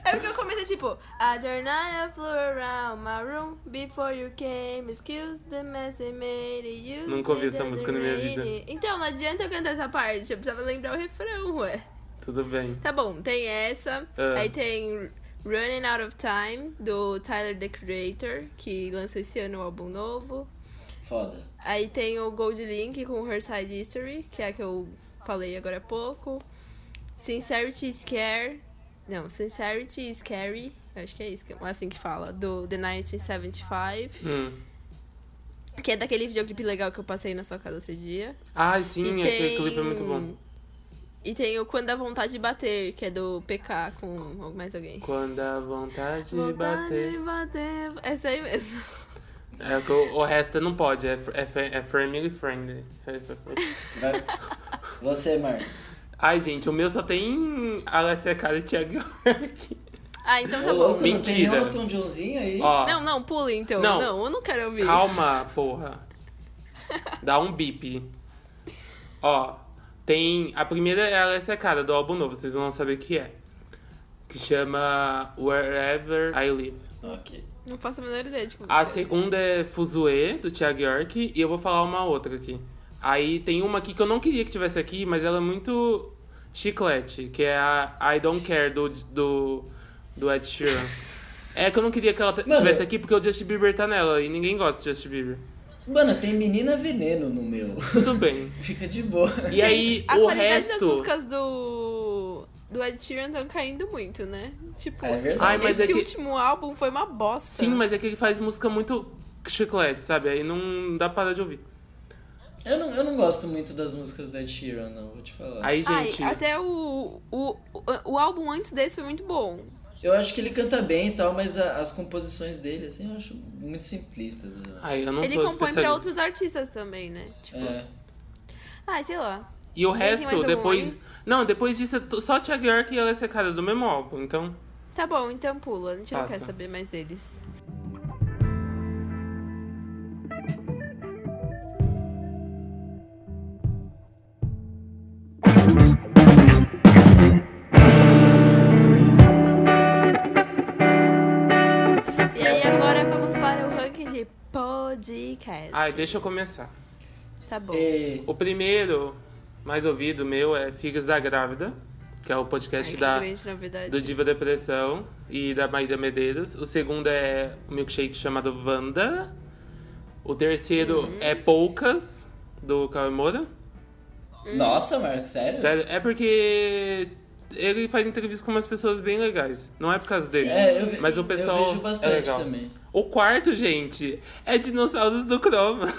É porque eu comecei tipo A jornada flew around my room Before you came Excuse the mess I made you Nunca ouvi essa música na minha vida. Então não adianta eu cantar essa parte Eu precisava lembrar o refrão, ué Tudo bem. Tá bom, tem essa Ah. Aí tem Running Out of Time Do Tyler, The Creator Que lançou esse ano o álbum novo Foda. Aí tem o Gold Link com Her Side History, que é a que eu falei agora há pouco. Sincerity is Scare. Não, Sincerity is Scary. eu Acho que é isso, que- assim que fala. Do The 1975. Hum. Que é daquele videoclipe legal que eu passei na sua casa outro dia. Ai, sim, E aquele tem- clipe é muito bom. E tem o Quando a Vontade de Bater, que é do PK com mais alguém. Quando a vontade de Vontade bater. de bater. Essa aí mesmo. É que o, o resto não pode, é, fr- é, fa- é family friendly. Vai... Você, Marcos. Ai, gente, o meu só tem Alessia Cara e Thiago York. Ah, então Ô, tá bom. louco, não tem Mentira. nenhum Elton Johnzinho aí? Ó, Não, não, pula então. Não. Não, eu não quero ouvir. calma, porra. Dá um bip. Ó, tem. A primeira é a Alessia Cara, do álbum novo, vocês vão saber o que é. Que chama Wherever I Live. Ok. Não faço a menor ideia de como A que é. segunda é Fuzue, do Thiago York, e eu vou falar uma outra aqui. Aí tem uma aqui que eu não queria que tivesse aqui, mas ela é muito chiclete, que é a I Don't Care, do, do, do Ed Sheeran. É que eu não queria que ela t- Mano. tivesse aqui porque o Justin Bieber tá nela e ninguém gosta de Justin Bieber. Mano, tem Menina Veneno no meu. Tudo bem. Fica de boa. E aí Gente, a o qualidade das resto. músicas do do Ed Sheeran estão caindo muito, né? Tipo, É verdade. Ai, mas esse é que- último álbum foi uma bosta. Sim, mas é que ele faz música muito chiclete, sabe? Aí não dá pra parar de ouvir. Eu não, eu não gosto muito das músicas do Ed Sheeran, não, vou te falar. Aí, Ai, gente. até o, o, o, o álbum antes desse foi muito bom. Eu acho que ele canta bem e tal, mas a- as composições dele, assim, eu acho muito simplistas. eu acho. Ai, eu não Ele sou compõe pra especialista. outros artistas também, né? Tipo, É. ai, sei lá. E o Tem mais resto, algum depois. aí? Não, depois disso é t- só Thiago York e ela é secada do mesmo álbum, então. Tá bom, então pula. A gente não Passa. quer saber mais deles. E aí agora vamos para o ranking de podcast. Ai, deixa eu começar. Tá oh. bom. E- O primeiro mais ouvido meu é Figas da Grávida, que é o Ai, podcast que da, grande novidade. do Diva Depressão e da Maíra Medeiros. O segundo é o milkshake chamado Wanda. O terceiro é Uhum. Poucas, do Cauê Moura. Nossa, Marcos, sério? Hum. Sério, é porque ele faz entrevistas com umas pessoas bem legais. Não é por causa dele. É, eu, ve- mas o pessoal eu vejo bastante é legal. também. O quarto, gente, é Dinossauros do Chroma.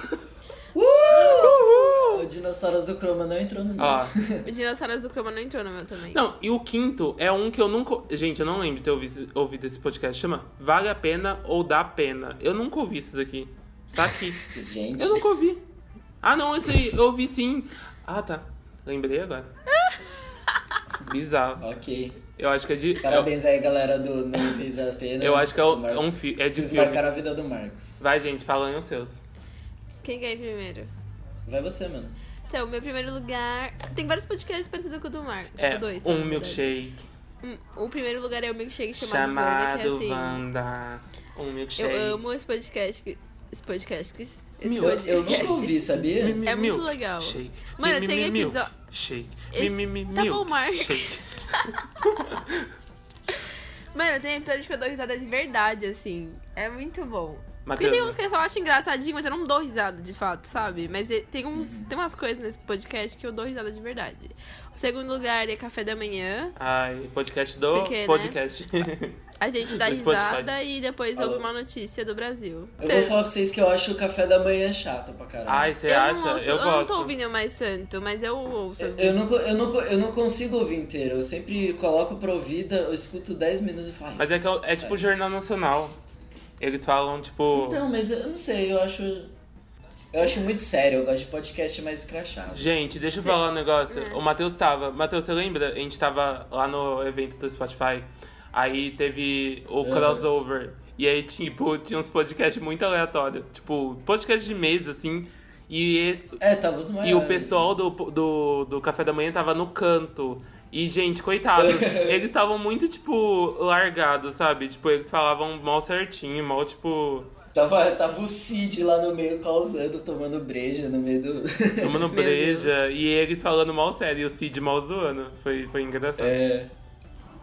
Uh! O Dinossauros do Chroma não entrou no meu. Ó. O Dinossauros do Chroma não entrou no meu também. Não, e o quinto é um que eu nunca. Gente, eu não lembro de ter ouvido, ouvido esse podcast. Chama Vale a Pena ou Dá Pena. Eu nunca ouvi isso daqui. Tá aqui. Gente, Eu nunca ouvi. Ah, não, esse aí eu ouvi sim. Ah, tá. Lembrei agora. Bizarro. Ok. Eu acho que é de. eu- Parabéns aí, galera do No Vida da Pena. Eu acho que é o- do Marcos. é um fi- é de Vocês filme. marcaram a vida do Marcos. Vai, gente, falando os seus. Quem quer ir primeiro? Vai você, mano. Então, meu primeiro lugar. Tem vários podcasts parecidos com o do Marco. Tipo, é, dois. na um verdade. milkshake Um- O primeiro lugar é o milkshake chamado, Wanda, que é chamado assim. Wanda. Um Eu milkshake. amo esse podcast. que- Esse podcast. que- Esse Meu, Eu, eu nunca podcast. ouvi, sabia? Mi- mi- É muito milk legal. Shake. Mano, Mi- mi- tem mi- milk episódio- Shake. Esse- Mi- mi- mi- Tá bom, milk Mark. Shake. Mano, tem episódio que eu dou risada de verdade, assim. É muito bom. Porque tem uns Matheus, que eu só acho engraçadinho, mas eu não dou risada de fato, sabe? Mas e- tem, uns, tem umas coisas nesse podcast que eu dou risada de verdade. O segundo lugar é café da manhã. Ai, podcast do Porque, né? podcast. A gente dá No Spotify. risada e depois Alô. ouve uma notícia do Brasil. Eu vou falar pra vocês que eu acho o café da manhã chato pra caralho. Ai, você Eu acha? não ouço, eu eu, gosto. não tô ouvindo mais santo, mas eu ouço. Eu, eu não, co- eu, não, co- eu não consigo ouvir inteiro. Eu sempre coloco pra ouvir, da- eu escuto 10 minutos e falo. "Ai, Mas é que eu- é tipo sai." Jornal Nacional. Eles falam, tipo. Então, mas eu não sei, eu acho. Eu acho muito sério, eu gosto de podcast mais crachado. Gente, deixa eu falar um negócio. é. O Matheus tava. Matheus, você lembra? A gente tava lá no evento do Spotify. Aí teve o Uhum. crossover. E aí, tipo, tinha uns podcasts muito aleatórios. Tipo, podcast de mesa, assim. E, É, tava os maiores. e o pessoal do, do, do café da manhã tava no canto. E, gente, coitados, eles estavam muito, tipo, largados, sabe? Tipo, eles falavam mal certinho, mal, tipo, Tava, tava o Cid lá no meio causando, tomando breja no meio do. tomando Meu breja. Deus. E eles falando mal sério, e o Cid mal zoando. Foi, foi engraçado. é.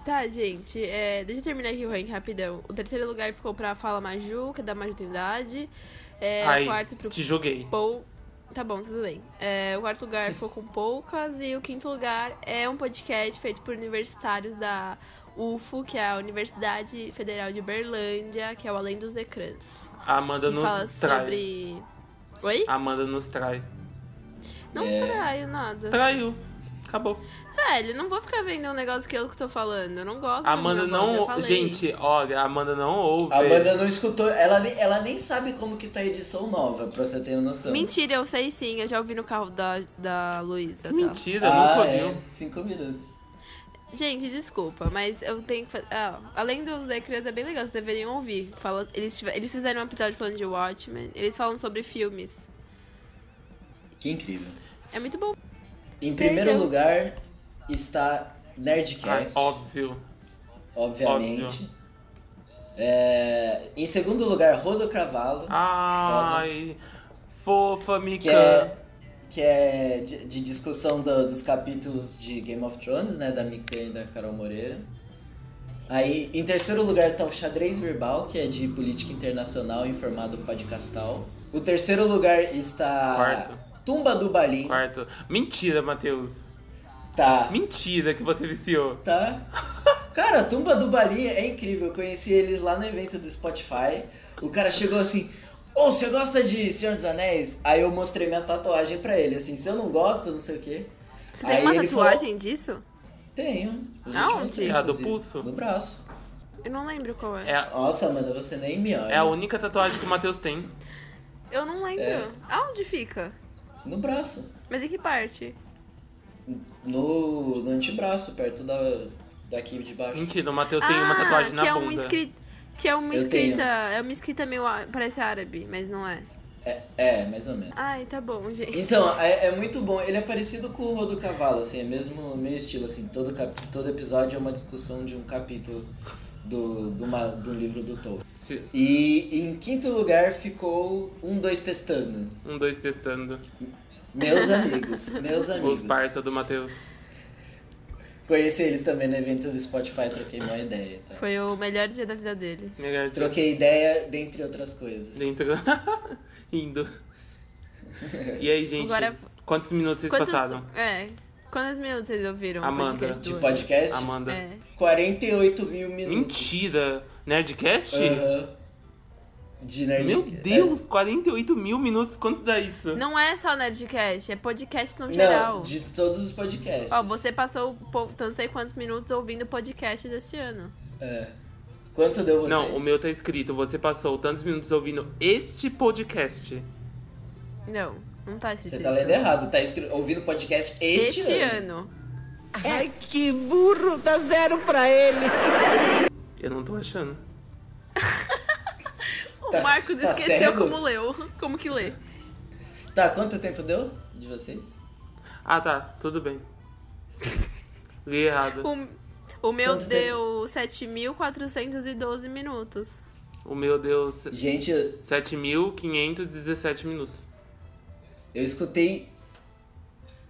Tá, gente, é, deixa eu terminar aqui o ranking rapidão. O terceiro lugar ficou pra Fala Maju, que é da Maju Trindade. É, Ai, o quarto pro te julguei. Pou. Tá bom, tudo bem. É, o quarto lugar ficou com poucas. E o quinto lugar é um podcast feito por universitários da UFO, que é a Universidade Federal de Berlândia, que é o Além dos Ecrãs. A Amanda que fala nos trai. sobre. Oi? A Amanda nos trai. Não É. traio nada. Traiu. Acabou. Velho, não vou ficar vendo um negócio que eu que tô falando. Eu não gosto A Amanda de um negócio, não. eu falei. Gente, olha, a Amanda não ouve. A banda não escutou, ela nem, ela nem sabe como que tá a edição nova, pra você ter noção. Mentira, eu sei sim. Eu já ouvi no carro da, da Luísa. tá? Mentira, nunca Ah, ouviu. é, cinco minutos. Gente, desculpa, mas eu tenho que fazer. Ah, além dos Ecrãs, é bem legal, vocês deveriam ouvir. Fala... Eles, tive- eles fizeram um episódio falando de Watchmen. Eles falam sobre filmes. Que incrível. É muito bom. Em primeiro Perdeu. lugar está Ai, Nerdcast, óbvio. obviamente. É, em segundo lugar, Rodo Cravalo, Ai. Fofa, Mika. que é, que é de, de discussão do- dos capítulos de Game of Thrones, né? Da Mika e da Carol Moreira. Aí, em terceiro lugar, tá o Xadrez Verbal, que é de política internacional, informado Podcastal. O terceiro lugar está Quarto. Tumba do Balim. Quarto. Mentira, Matheus. Tá. Mentira que você viciou. Tá? Cara, a tumba do Bali é incrível. Eu conheci eles lá no evento do Spotify. O cara chegou assim: Ô, você gosta de Senhor dos Anéis? Aí eu mostrei minha tatuagem pra ele, assim, se eu não gosto, não sei o quê. Você Aí tem uma ele tatuagem Falou, disso? Tenho. A gente Aonde? mostrou, É a do inclusive. pulso? No braço. Eu não lembro qual é. É, a- Nossa, mano, você nem me olha. é a única tatuagem que o Matheus tem. Eu não lembro. É. Aonde fica? No braço. Mas em que parte? No, no antebraço, perto da, daqui de baixo. Mentira, o Matheus tem uma Ah, tatuagem na que é bunda. um escri- Que é uma Eu tenho. escrita. É uma escrita meio. á- Parece árabe, mas não é. É, é, mais ou menos. Ai, tá bom, gente. Então, é, é muito bom. Ele é parecido com o Rodo Cavalo, assim, é mesmo meio estilo, assim. Todo, cap- todo episódio é uma discussão de um capítulo do, do, ma- do um livro do Tolkien. Se- E em quinto lugar ficou Um Dois Testando. Um, dois, testando. Meus amigos, meus amigos. Os parça do Matheus. Conheci eles também no evento do Spotify, troquei uma ideia, tá? Foi o melhor dia da vida dele. Melhor de- Troquei ideia, dentre outras coisas. Dentro. Indo. E aí, gente? Agora- Quantos minutos vocês passaram? É. Quantos minutos vocês ouviram Amanda. o podcast? De do Ana? podcast, Amanda. É. 48 mil minutos. Mentira! Nerdcast? Aham. De nerd. Meu é. Deus, 48 mil minutos, quanto dá isso? Não é só Nerdcast, é podcast no geral. Não, de todos os podcasts. Ó, você passou po- não sei quantos minutos ouvindo podcast deste ano. É. Quanto deu vocês? Não, o meu tá escrito, você passou tantos minutos ouvindo este podcast. Não. Não tá escrito Você tá isso. lendo errado, tá escrito, ouvindo podcast este, Este ano. Ai, que burro, dá zero pra ele. Eu não tô achando. Tá- o Marcos tá esqueceu cego? como leu. Como que lê. Tá, quanto tempo deu de vocês? Ah, tá. Tudo bem. Li errado. O, o meu Quanto tempo? deu 7.412 minutos. O meu deu se- Gente, eu 7.517 minutos. eu escutei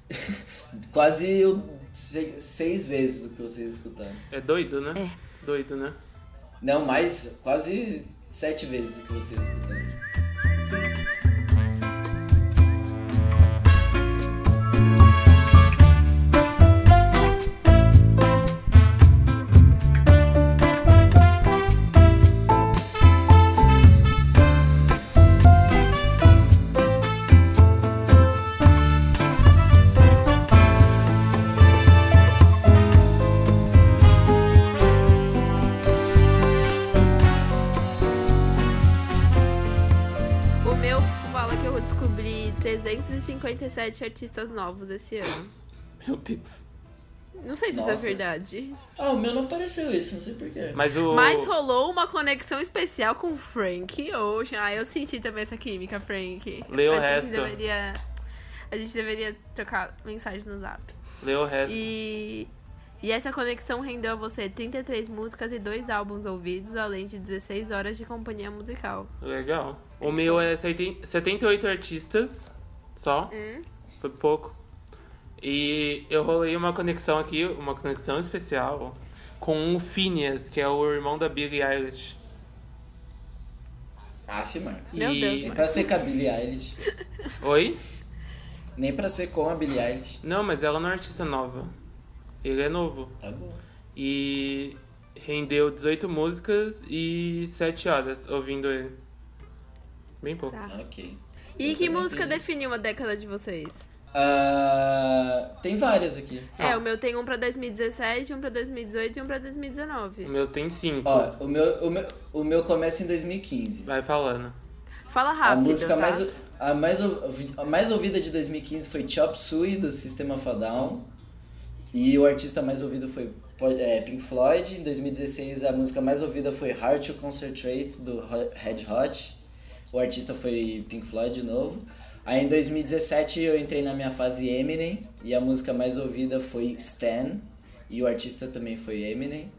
quase eu- se- seis vezes o que vocês escutaram. É doido, né? É. Doido, né? Não, mais quase sete vezes o que vocês escutaram. O meu fala que eu descobri 357 artistas novos esse ano. Meu Deus. Não sei se isso Nossa. é verdade. Ah, o meu não apareceu isso, não sei porquê. Mas o. Mas rolou uma conexão especial com o Frank hoje. Ah, eu senti também essa química, Frank. Lê o Acho que A resto. gente deveria. A gente deveria trocar mensagem no zap. Lê o resto. E. E essa conexão rendeu a você 33 músicas e dois álbuns ouvidos, além de 16 horas de companhia musical. Legal. O meu é 70 78 artistas só. Foi pouco. E eu rolei uma conexão aqui, uma conexão especial, com o Phineas, que é o irmão da Billie Eilish. Aff, Marcos. Meu E- Deus, Nem mano. pra ser com a Billie Eilish. Oi? Nem pra ser com a Billie Eilish. Não, mas ela não é artista nova. Ele é novo. Tá bom. E rendeu 18 músicas e 7 horas ouvindo ele. Bem pouco. Tá. Ok. E Eu que também música entendi. definiu a década de vocês? Ah, tem várias aqui. É, Ah. o meu tem um pra 2017, um pra 2018 e um pra O 2019. meu tem 5. Ó, o meu, o meu, o meu começa em 2015. Vai falando. Fala a rápido, música tá? mais, a mais, ouvi- a mais ouvida de 2015 foi Chop Suey, do Sistema Fadown. E o artista mais ouvido foi Po- é, Pink Floyd. Em 2016, a música mais ouvida foi Hard to Concentrate, do Ho- Red Hot. O artista foi Pink Floyd de novo. Aí em 2017 eu entrei na minha fase Eminem e a música mais ouvida foi Stan e o artista também foi Eminem.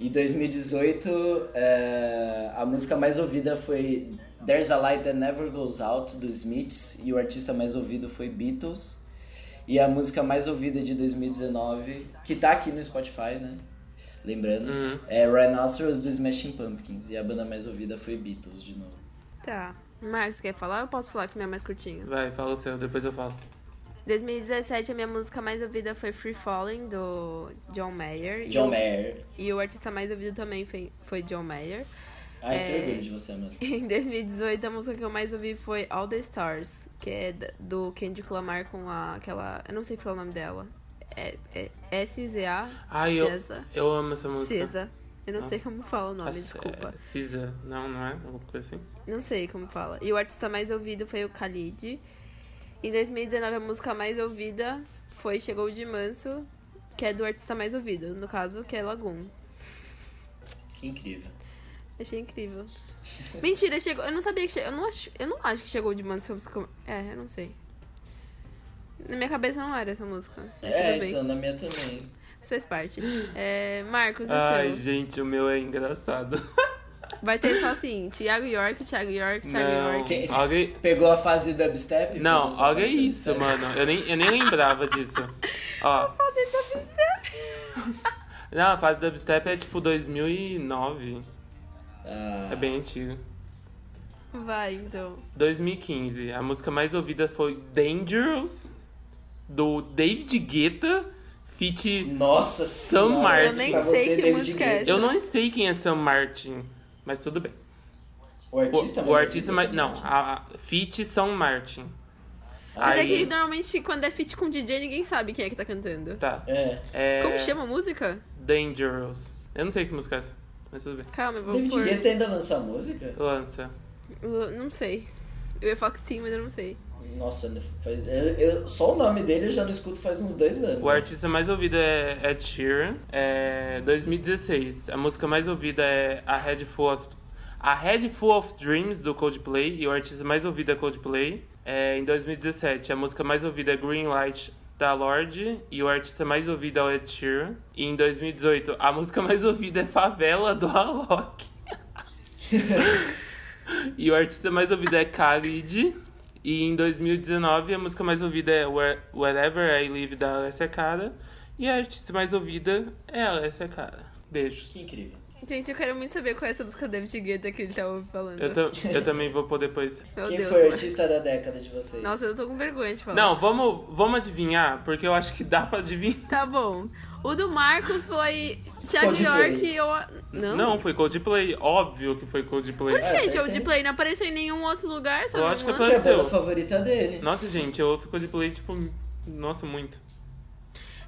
Em 2018 eh, a música mais ouvida foi There's a Light That Never Goes Out dos Smiths e o artista mais ouvido foi Beatles. E a música mais ouvida de 2019, que tá aqui no Spotify, né? Lembrando, Uhum. é Rhinoceros do Smashing Pumpkins e a banda mais ouvida foi Beatles de novo. Tá. Márcio, quer falar? Eu posso falar que minha é mais curtinha. Vai, fala o seu, depois eu falo. 2017, a minha música mais ouvida foi Free Falling, do John Mayer. John e, o- Mayer. E o artista mais ouvido também foi, foi John Mayer. Ai, É. que orgulho de você, mano. Em 2018, a música que eu mais ouvi foi All the Stars, que é da- do Kendrick Lamar com a, aquela. Eu não sei falar o nome dela. É, é S-Z-A. Ai, eu, Cisa. eu amo essa música. Cisa. Eu não sei como fala o nome, As- desculpa. é, Cisa, não, não é? Alguma coisa assim. Não sei como fala. E o artista mais ouvido foi o Khalid. Em 2019, a música mais ouvida foi Chegou de Manso, que é do artista mais ouvido, no caso, que é Lagoon. Que incrível. Achei incrível. Mentira, chegou. Eu não sabia que chegou. Eu não acho, eu não acho que chegou de Manso foi a música. É, eu não sei. Na minha cabeça não era essa música. Mas é, tudo bem. então na minha também. Isso faz parte. É, Marcos, Ai, o seu. gente, o meu é engraçado. Vai ter só assim, Thiago York, Thiago York, Thiago não, York. York. alguém... Pegou a fase dubstep? Não, Pegou sua olha fase isso, dubstep? mano. Eu nem, eu nem lembrava disso. Ó, Fazendo dubstep. não, a fase do dubstep é tipo 2009. Ah, É bem antigo. Vai, então. 2015. A música mais ouvida foi Dangerous, do David Guetta, feat... Nossa Sam senhora, Martin. Eu nem pra sei você, que David música é essa. Guetta. Eu não sei quem é Sam Martin, mas tudo bem. O O, artista o mais assim? artista ouvido, mais... Sam Não, Martin. a, a feat Sam Martin. Mas é Aí- que normalmente quando é feat com DJ, ninguém sabe quem é que tá cantando. Tá. É. É... Como chama a música? Dangerous. Eu não sei que música é essa, mas tudo bem. Calma, eu vou David pôr. Guetta ainda lança música? Lança. Eu Não sei. Eu ia falar que sim, mas eu não sei. Nossa, faz- eu, eu- só o nome dele eu já não escuto faz uns dois anos. né? O artista mais ouvido é Ed Sheeran, é 2016. A música mais ouvida é A Head Full of, a Head Full of Dreams, do Coldplay. E o artista mais ouvido é Coldplay. É, em 2017, a música mais ouvida é Green Light, da Lorde. E o artista mais ouvido é o Ed Sheeran. E em 2018, a música mais ouvida é Favela, do Alok. E o artista mais ouvido é Khalid. E em 2019, a música mais ouvida é Where- Wherever I Live, da Alessia Cara. E a artista mais ouvida é a Alessia Cara. Beijos. Que incrível. Gente, eu quero muito saber qual é essa música David Guetta que ele tá falando. Eu, tam- eu também vou pôr depois. Meu Quem Deus, foi o mano. artista da década de vocês? Nossa, eu tô com vergonha de falar. Não, vamos, vamos adivinhar, porque eu acho que dá pra adivinhar. Tá bom. O do Marcos foi Thiago Coldplay. York e eu... Não? foi Coldplay. Óbvio que foi Coldplay. quê? Gente, acertei. o Coldplay não apareceu em nenhum outro lugar, sabe? Eu acho que mano? foi- Que é a Seu. banda favorita dele. Nossa, gente, eu ouço Coldplay, tipo, nossa, muito.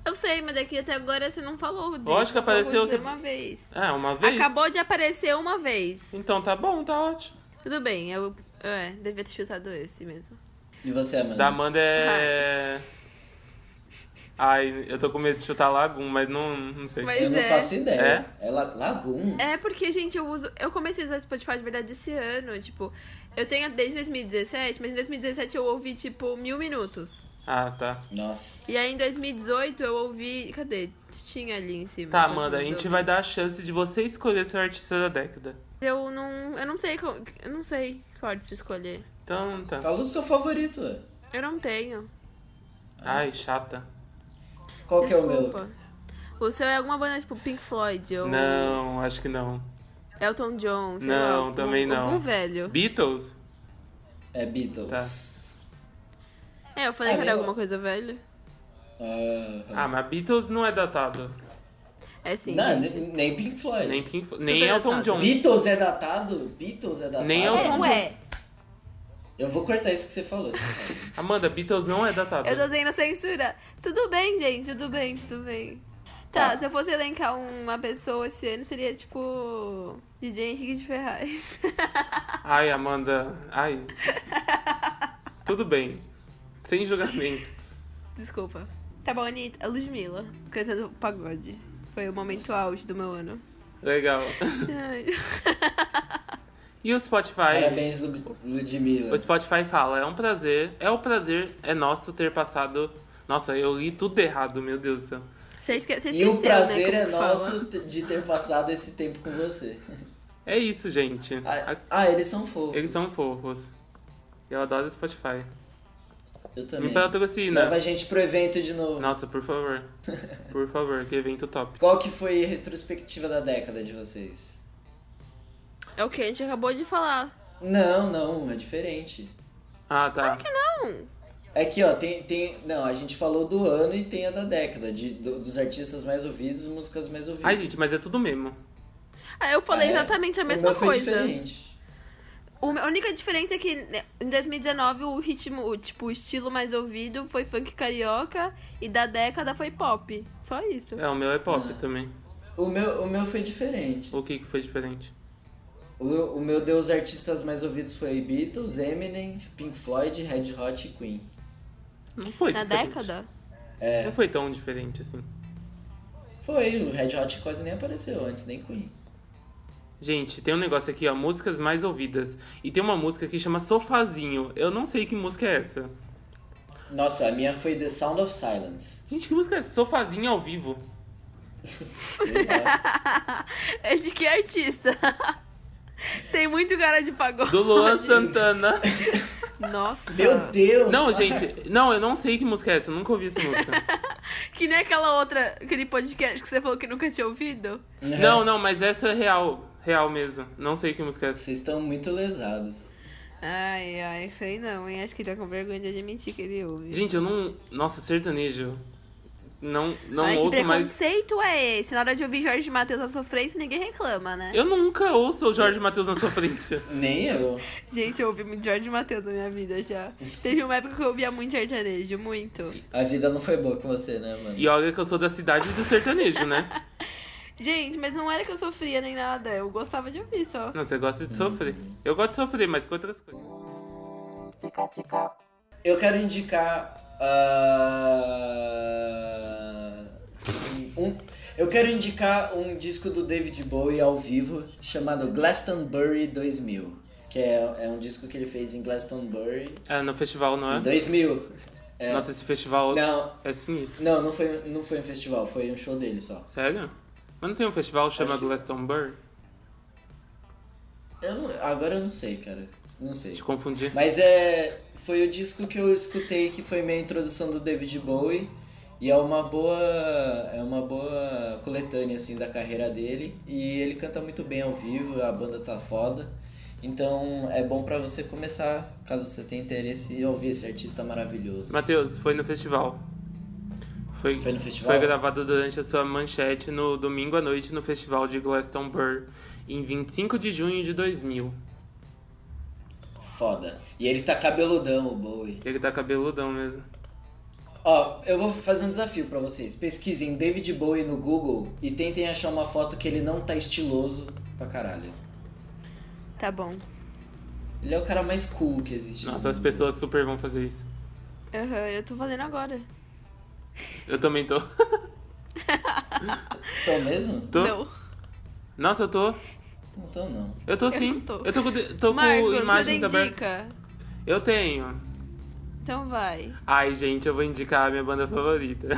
Eu sei, mas daqui até agora você não falou o dele. Lógico que Você falou apareceu, o dele você- uma vez. Ah, uma vez? Acabou de aparecer uma vez. Então tá bom, tá ótimo. Tudo bem, eu... É, devia ter chutado esse mesmo. E você, Amanda? Da Amanda é... Ai, eu tô com medo de chutar Lagoon, mas não, não sei. Mas Eu não é. faço ideia. É, La- Lagoon? É porque, gente, eu uso. Eu comecei a usar Spotify de verdade esse ano. Tipo, eu tenho desde 2017, mas em 2017 eu ouvi, tipo, mil minutos. Ah, tá. É. Nossa. E aí em 2018 eu ouvi. Cadê? Tinha ali em cima. Tá, quantos Amanda, a minutos gente eu vai ouvi. dar a chance de você escolher seu artista da década. Eu não. Eu não sei qual. Eu não sei qual artista escolher. Então tá. Fala o seu favorito. ué. Eu não tenho. Ai, chata. Qual que é o Desculpa. meu? O seu é alguma banda tipo Pink Floyd ou Não, acho que não. Elton John, sei lá, Não, algum- também não. Algum velho. Beatles? É Beatles. É, eu falei Ah, que era eu- alguma coisa velha. Ah, Tá. Ah, mas Beatles não é datado. É sim. não, gente. nem, nem Pink Floyd. Nem, Pink Flo- nem é Elton datado. John. Beatles é datado? Beatles é datado? Nem é o É, Elton ué, Eu vou cortar isso que você falou. você sabe. Amanda, Beatles não é datado. eu tô sendo censura. Tudo bem, gente, tudo bem, tudo bem. Tá, Tá. se eu fosse elencar uma pessoa esse ano, seria tipo. DJ Henrique de Ferraz. Ai, Amanda. Ai. Tudo bem. Sem julgamento. Desculpa. Tá bom, Anitta. A Ludmilla, cantando pagode. Foi o momento auge do meu ano. Legal. Ai. E o Spotify? Parabéns, Lu- Ludmilla. O Spotify fala, é um prazer, é o prazer, é nosso ter passado. Nossa, eu li tudo errado, meu Deus do céu. Você esque... você E o esqueceu, prazer né, é como fala. nosso te- de ter passado esse tempo com você. É isso, gente. Ah, A- ah, eles são fofos. Eles são fofos. Eu adoro o Spotify. Eu Me também. Leva patrocina. a gente pro evento de novo. Nossa, por favor. Por favor, que evento top. Qual que foi a retrospectiva da década de vocês? É o que a gente acabou de falar. Não, não, é diferente. Ah, tá. Não. É que, ó, tem, tem. Não, a gente falou do ano e tem a da década, de, do- dos artistas mais ouvidos, músicas mais ouvidas. Ai, gente, mas é tudo mesmo. Ah, eu falei É, exatamente a o mesma meu foi coisa. Diferente. O- A única diferença é que né, em 2019 o ritmo, o, tipo, o estilo mais ouvido foi funk carioca e da década foi pop. Só isso. É, o meu é pop Não. também. O meu, o meu foi diferente. O que que foi diferente? O, o meu deu os artistas mais ouvidos foi Beatles, Eminem, Pink Floyd, Red Hot e Queen. Não foi Na diferente. década? É, Não foi tão diferente assim. foi, o Red Hot quase nem apareceu antes, nem Queen. Gente, tem um negócio aqui, ó, músicas mais ouvidas. E tem uma música que chama Sofazinho. Eu não sei que música é essa. Nossa, a minha foi The Sound of Silence. Gente, que música é essa? Sofazinho ao vivo. Sei lá. é de que artista? Tem muito cara de pagode. Do Luan Santana. Nossa. Meu Deus! Não, gente, não, eu não sei que música é essa, eu nunca ouvi essa música. Que nem aquela outra, aquele podcast que você falou que nunca tinha ouvido. Não, não, mas essa é real, real mesmo. Não sei que música é essa. Vocês estão muito lesados. Ai, ai, isso aí não, hein? Acho que ele tá com vergonha de admitir que ele ouve. Gente, eu não. Nossa, sertanejo. Não, não Ai, que ouço mais. preconceito é esse? Na hora de ouvir Jorge Matheus na sofrência, ninguém reclama, né? Eu nunca ouço o Jorge Matheus na sofrência. Nem eu. Gente, eu ouvi muito Jorge Matheus na minha vida já. Teve uma época que eu ouvia muito sertanejo, muito. A vida não foi boa com você, né, mano? E olha que eu sou da cidade do sertanejo, né? Gente, mas não era que eu sofria nem nada, eu gostava de ouvir só. Não, você gosta de sofrer. Eu gosto de sofrer, mas com outras coisas. Eu quero indicar. ah, um, eu quero indicar um disco do David Bowie ao vivo chamado Glastonbury 2000. Que é, é um disco que ele fez em Glastonbury É, no festival, não em é? 2000. É. Nossa, esse festival Não, é sinistro. não, não foi, não foi um festival, foi um show dele só. Sério? Mas não tem um festival chamado que- Glastonbury? Eu não- agora eu não sei, cara. Não sei. Te confundi. Mas é. Foi o disco que eu escutei que foi minha introdução do David Bowie. E é uma boa. É uma boa coletânea assim da carreira dele. E ele canta muito bem ao vivo, a banda tá foda. Então é bom pra você começar, caso você tenha interesse, em ouvir esse artista maravilhoso. Matheus, foi no festival. Foi, Foi no festival? foi gravado durante a sua manchete no domingo à noite no festival de Glastonbury, em 25 de junho de 2000. Foda. E ele tá cabeludão, o Bowie. Ele tá cabeludão mesmo. Ó, eu vou fazer um desafio pra vocês. Pesquisem David Bowie no Google e tentem achar uma foto que ele não tá estiloso pra caralho. Tá bom. Ele é o cara mais cool que existe. Nossa, no as mundo. pessoas super vão fazer isso. Aham, eu tô fazendo agora. Eu também tô. Então mesmo? tô. Não. Nossa, eu tô. Então não. Eu tô sim. tô. Eu tô com, de- tô com Marcos, você imagens tem abertas. dica? Eu tenho. Então vai. Ai, gente, eu vou indicar a minha banda favorita.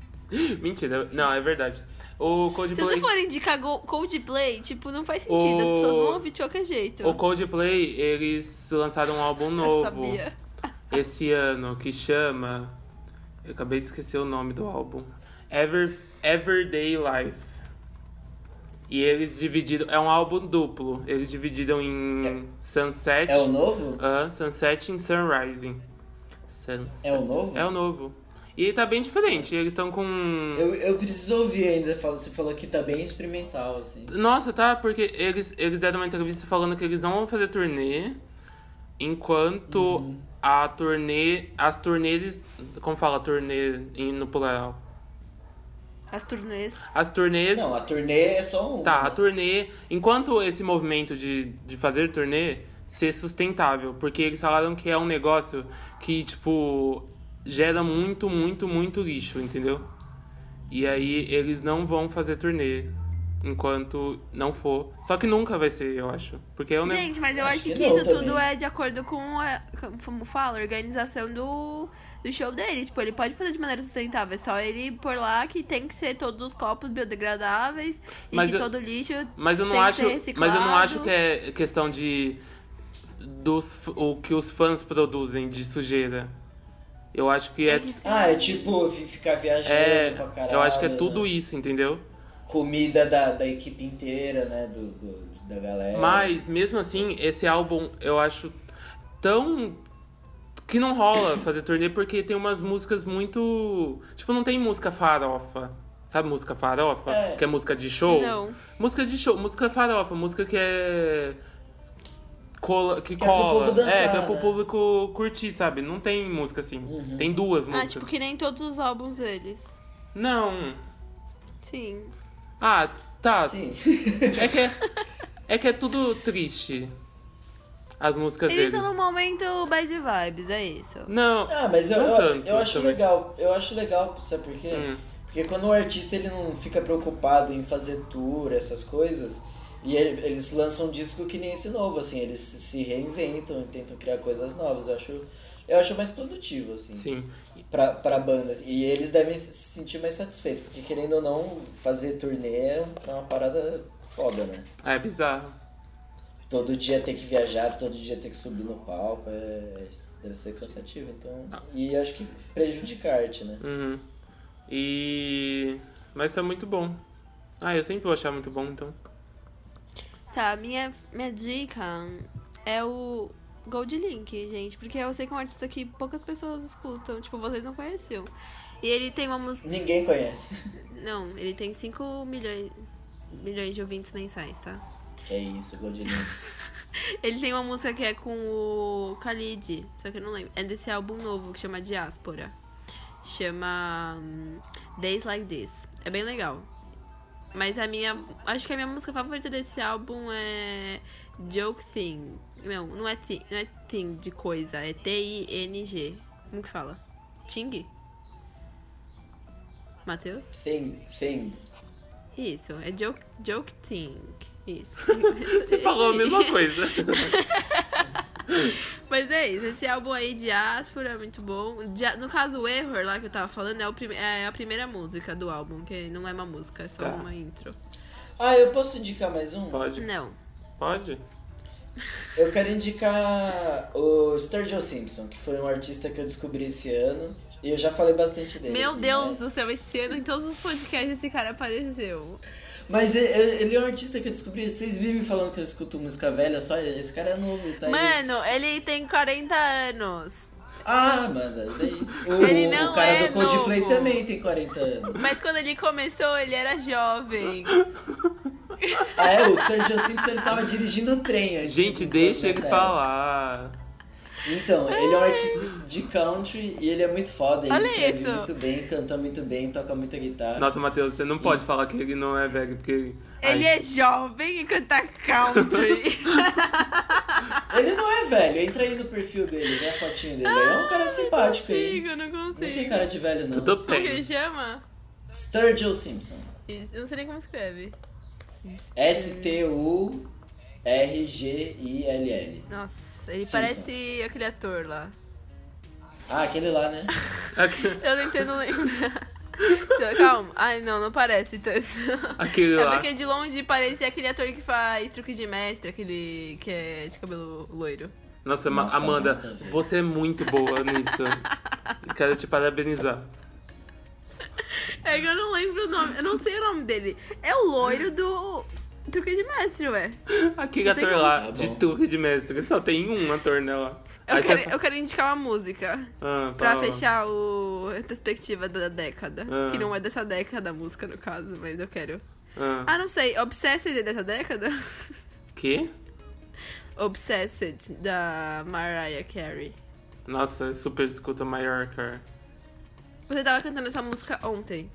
Mentira, não, é verdade. O Se Coldplay. você for indicar Go- Coldplay, tipo, não faz sentido. As O- pessoas vão ouvir de qualquer jeito. O Coldplay, eles lançaram um álbum então? Eu novo sabia. esse ano que chama. Eu acabei de esquecer o nome do álbum. Ever, Everyday Life. E eles dividiram. É um álbum duplo. Eles dividiram em É- Sunset. É o novo? Ah, Sunset and Sunrising. Sunset. É o novo? É o novo. E ele tá bem diferente. Eles estão com. Eu, eu preciso ouvir ainda. fala- Você falou que tá bem experimental, assim. Nossa, tá? Porque eles, eles deram uma entrevista falando que eles não vão fazer turnê. Enquanto Uhum. a turnê. As turnês. Como fala turnê em- no plural? As turnês. As turnês. Não, a turnê é só um. Tá, a turnê. Enquanto esse movimento de, de fazer turnê ser sustentável, porque eles falaram que é um negócio que, tipo, gera muito, muito, muito lixo, entendeu? E aí eles não vão fazer turnê enquanto não for. Só que nunca vai ser, eu acho. Porque é um eu Gente, mas eu Acho acho, que que, não isso tudo também. é de acordo com a, com- como fala, a organização do, do show dele. Tipo, ele pode fazer de maneira sustentável, é só ele pôr lá que tem que ser todos os copos biodegradável e Mas que eu- todo lixo. Mas eu não Tem que acho, ser mas eu não reciclado. acho que é questão de dos f- o que os fãs produzem de sujeira. Eu acho que é tem que ser- Ah, é tipo fi- ficar viajando é, pra caralho. eu acho que é tudo né? isso, entendeu? Comida da, da equipe inteira, né? Do, do- da galera. Mas mesmo assim, esse álbum eu acho tão que não rola fazer turnê porque tem umas músicas muito, tipo, não tem música farofa. Sabe música farofa? É. Que é música de show? Não. Música de show, música farofa, música que é. Cola, que, pro cola. povo dançar, é, que é pro né? público curtir, sabe? Não tem música assim. Uhum. Tem duas Ah, músicas. tipo, que nem todos os álbuns deles. Não. Sim. Ah, tá. Sim. É que é, é que é tudo triste. As músicas Eles deles. estão no momento bad vibes, é isso. Não. Ah, mas eu, Não eu, tanto eu acho também. legal. Eu acho legal, sabe por quê? Hum. Porque quando o artista ele não fica preocupado em fazer tour, essas coisas, e ele- eles lançam um disco que nem esse novo, assim, eles se- se reinventam, tentam criar coisas novas. Eu acho, eu acho mais produtivo, assim, Sim. pra, pra bandas. E eles devem se sentir mais satisfeitos, porque querendo ou não, fazer turnê é uma parada foda, né? É bizarro. Todo dia ter que viajar, todo dia ter que subir no palco, é, deve ser cansativo, então. E acho que prejudica a arte, né? Uhum. E. Mas tá muito bom. Ah, eu sempre vou achar muito bom, então. Tá, minha, minha dica é o Gold Link, gente. Porque eu sei que é um artista que poucas pessoas escutam. Tipo, vocês não conheciam. E ele tem uma música. Ninguém conhece. Não, ele tem 5 milhões, milhões de ouvintes mensais, tá? É isso, Goldilink. Ele tem uma música que é com o Khalid, só que eu não lembro. É desse álbum novo que chama Diáspora. Chama hum, Days Like This. É bem legal. Mas a minha. Acho que a minha música favorita desse álbum é Joke Thing. Não, não é Thing, não é thing de coisa, é T-I-N-G. Como que fala? Ting? Matheus? Thing, thing. Isso, é joke, joke thing. Isso. Você falou a mesma coisa. Mas é isso, esse álbum aí, Diáspora, é muito bom. Dia- No caso, o Error lá que eu tava falando é, o prime- é a primeira música do álbum, que não é uma música, é só Tá. uma intro. Ah, eu posso indicar mais um? Pode? Não. Pode? Eu quero indicar o Sturgill Simpson, que foi um artista que eu descobri esse ano. E eu já falei bastante dele. Meu né? aqui, né? Deus Mas, do céu, esse ano em todos os podcasts esse cara apareceu. mas e- e- ele é um artista que eu descobri. Vocês vivem falando que eu escuto música velha, só ele. Esse cara é novo, tá? aí. Mano, ele tem 40 anos. Ah, mano, daí. O, Ele não o cara é do Coldplay novo. também tem 40 anos. Mas quando ele começou, ele era jovem. Ah, é, o Sturgill Simpson ele tava dirigindo o trem. antes Gente, do- deixa ele nessa falar. Então, ele é um artista de country e ele é muito foda. Ele Olha escreve isso. muito bem, canta muito bem, toca muita guitarra. Nossa, Matheus, você não pode falar que ele não é velho, porque. Ele é jovem e canta country. Ele não é velho, entra aí no perfil dele, vê a fotinha dele. ele é um cara simpático aí. Ah, consigo, não Não tem consigo. cara de velho, não. Tudo Como que ele bem. chama? Sturgill Simpson. Isso, Eu não sei nem como escreve. S-T-U-R-G-I-L-L. Nossa, ele Simpson. parece aquele ator lá. Ah, aquele lá, né? Aque- Eu não entendo lembrar. Então, Calma. Ai, não, não parece tanto. Aquele é lá. porque de longe parece aquele ator que faz truque de mestre, aquele que é de cabelo loiro. Nossa, Ma- Nossa, Amanda, Amanda, velho. você é muito boa nisso. Quero te parabenizar. É que eu não lembro o nome, eu não sei o nome dele. É o loiro do truque de mestre, ué. Aquele Você tem ator como- lá, Tá bom. de turque de mestre, só tem um ator nela. Eu, Aí quero, você- eu quero indicar uma música Ah, pra fala. fechar o a retrospectiva da década. Ah. Que não é dessa década a música, no caso, mas eu quero. Ah. Ah, não sei, Obsessed é dessa década? Que? Obsessed, da Mariah Carey. Nossa, eu super escuta maior, cara. Você tava cantando essa música ontem.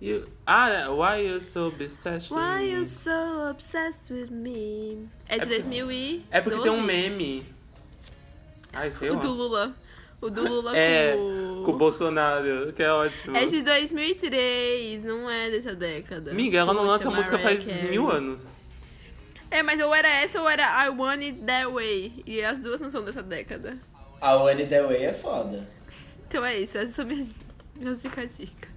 You... Ah, é, why you so obsessed? with Why me? you so obsessed with me? É de É porque- 2000 e... É porque tem um meme. Ai, sei O lá. do Lula. O do Lula É, com com o Bolsonaro, que é ótimo. É de 2003, não é dessa década. Amiga, ela não Poxa, lança música Mariah faz Carey. mil anos. É, mas ou era essa ou era I Want It That Way. E as duas não são dessa década. A One The Way é foda. Então é isso, essas são minhas, minhas dicas.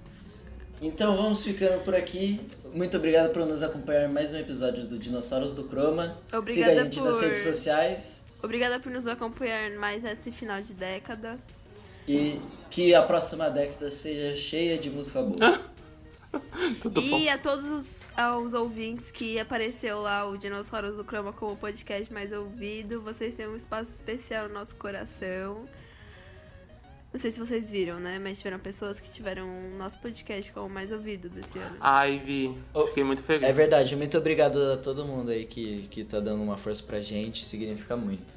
Então vamos ficando por aqui. Muito obrigado por nos acompanhar em mais um episódio do Dinossauros do Chroma. Obrigada Siga a gente nas por- redes sociais. Obrigada por nos acompanhar mais este final de década. E que a próxima década seja cheia de música boa. Tudo bom. E a todos os aos ouvintes que apareceu lá o Dinossauros do Croma como podcast mais ouvido, vocês têm um espaço especial no nosso coração. Não sei se vocês viram, né? Mas tiveram pessoas que tiveram o nosso podcast como mais ouvido desse ano. Ai, Vi, fiquei muito feliz. É verdade, muito obrigado a todo mundo aí que, que tá dando uma força pra gente, significa muito.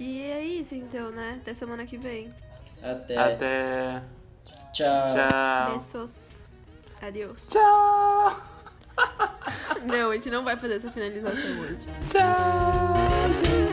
E é isso então, né? Até semana que vem. Até. Até. Tchau. Tchau. Beijos. Adeus. Tchau. Não, a gente não vai fazer essa finalização hoje. Tchau. gente.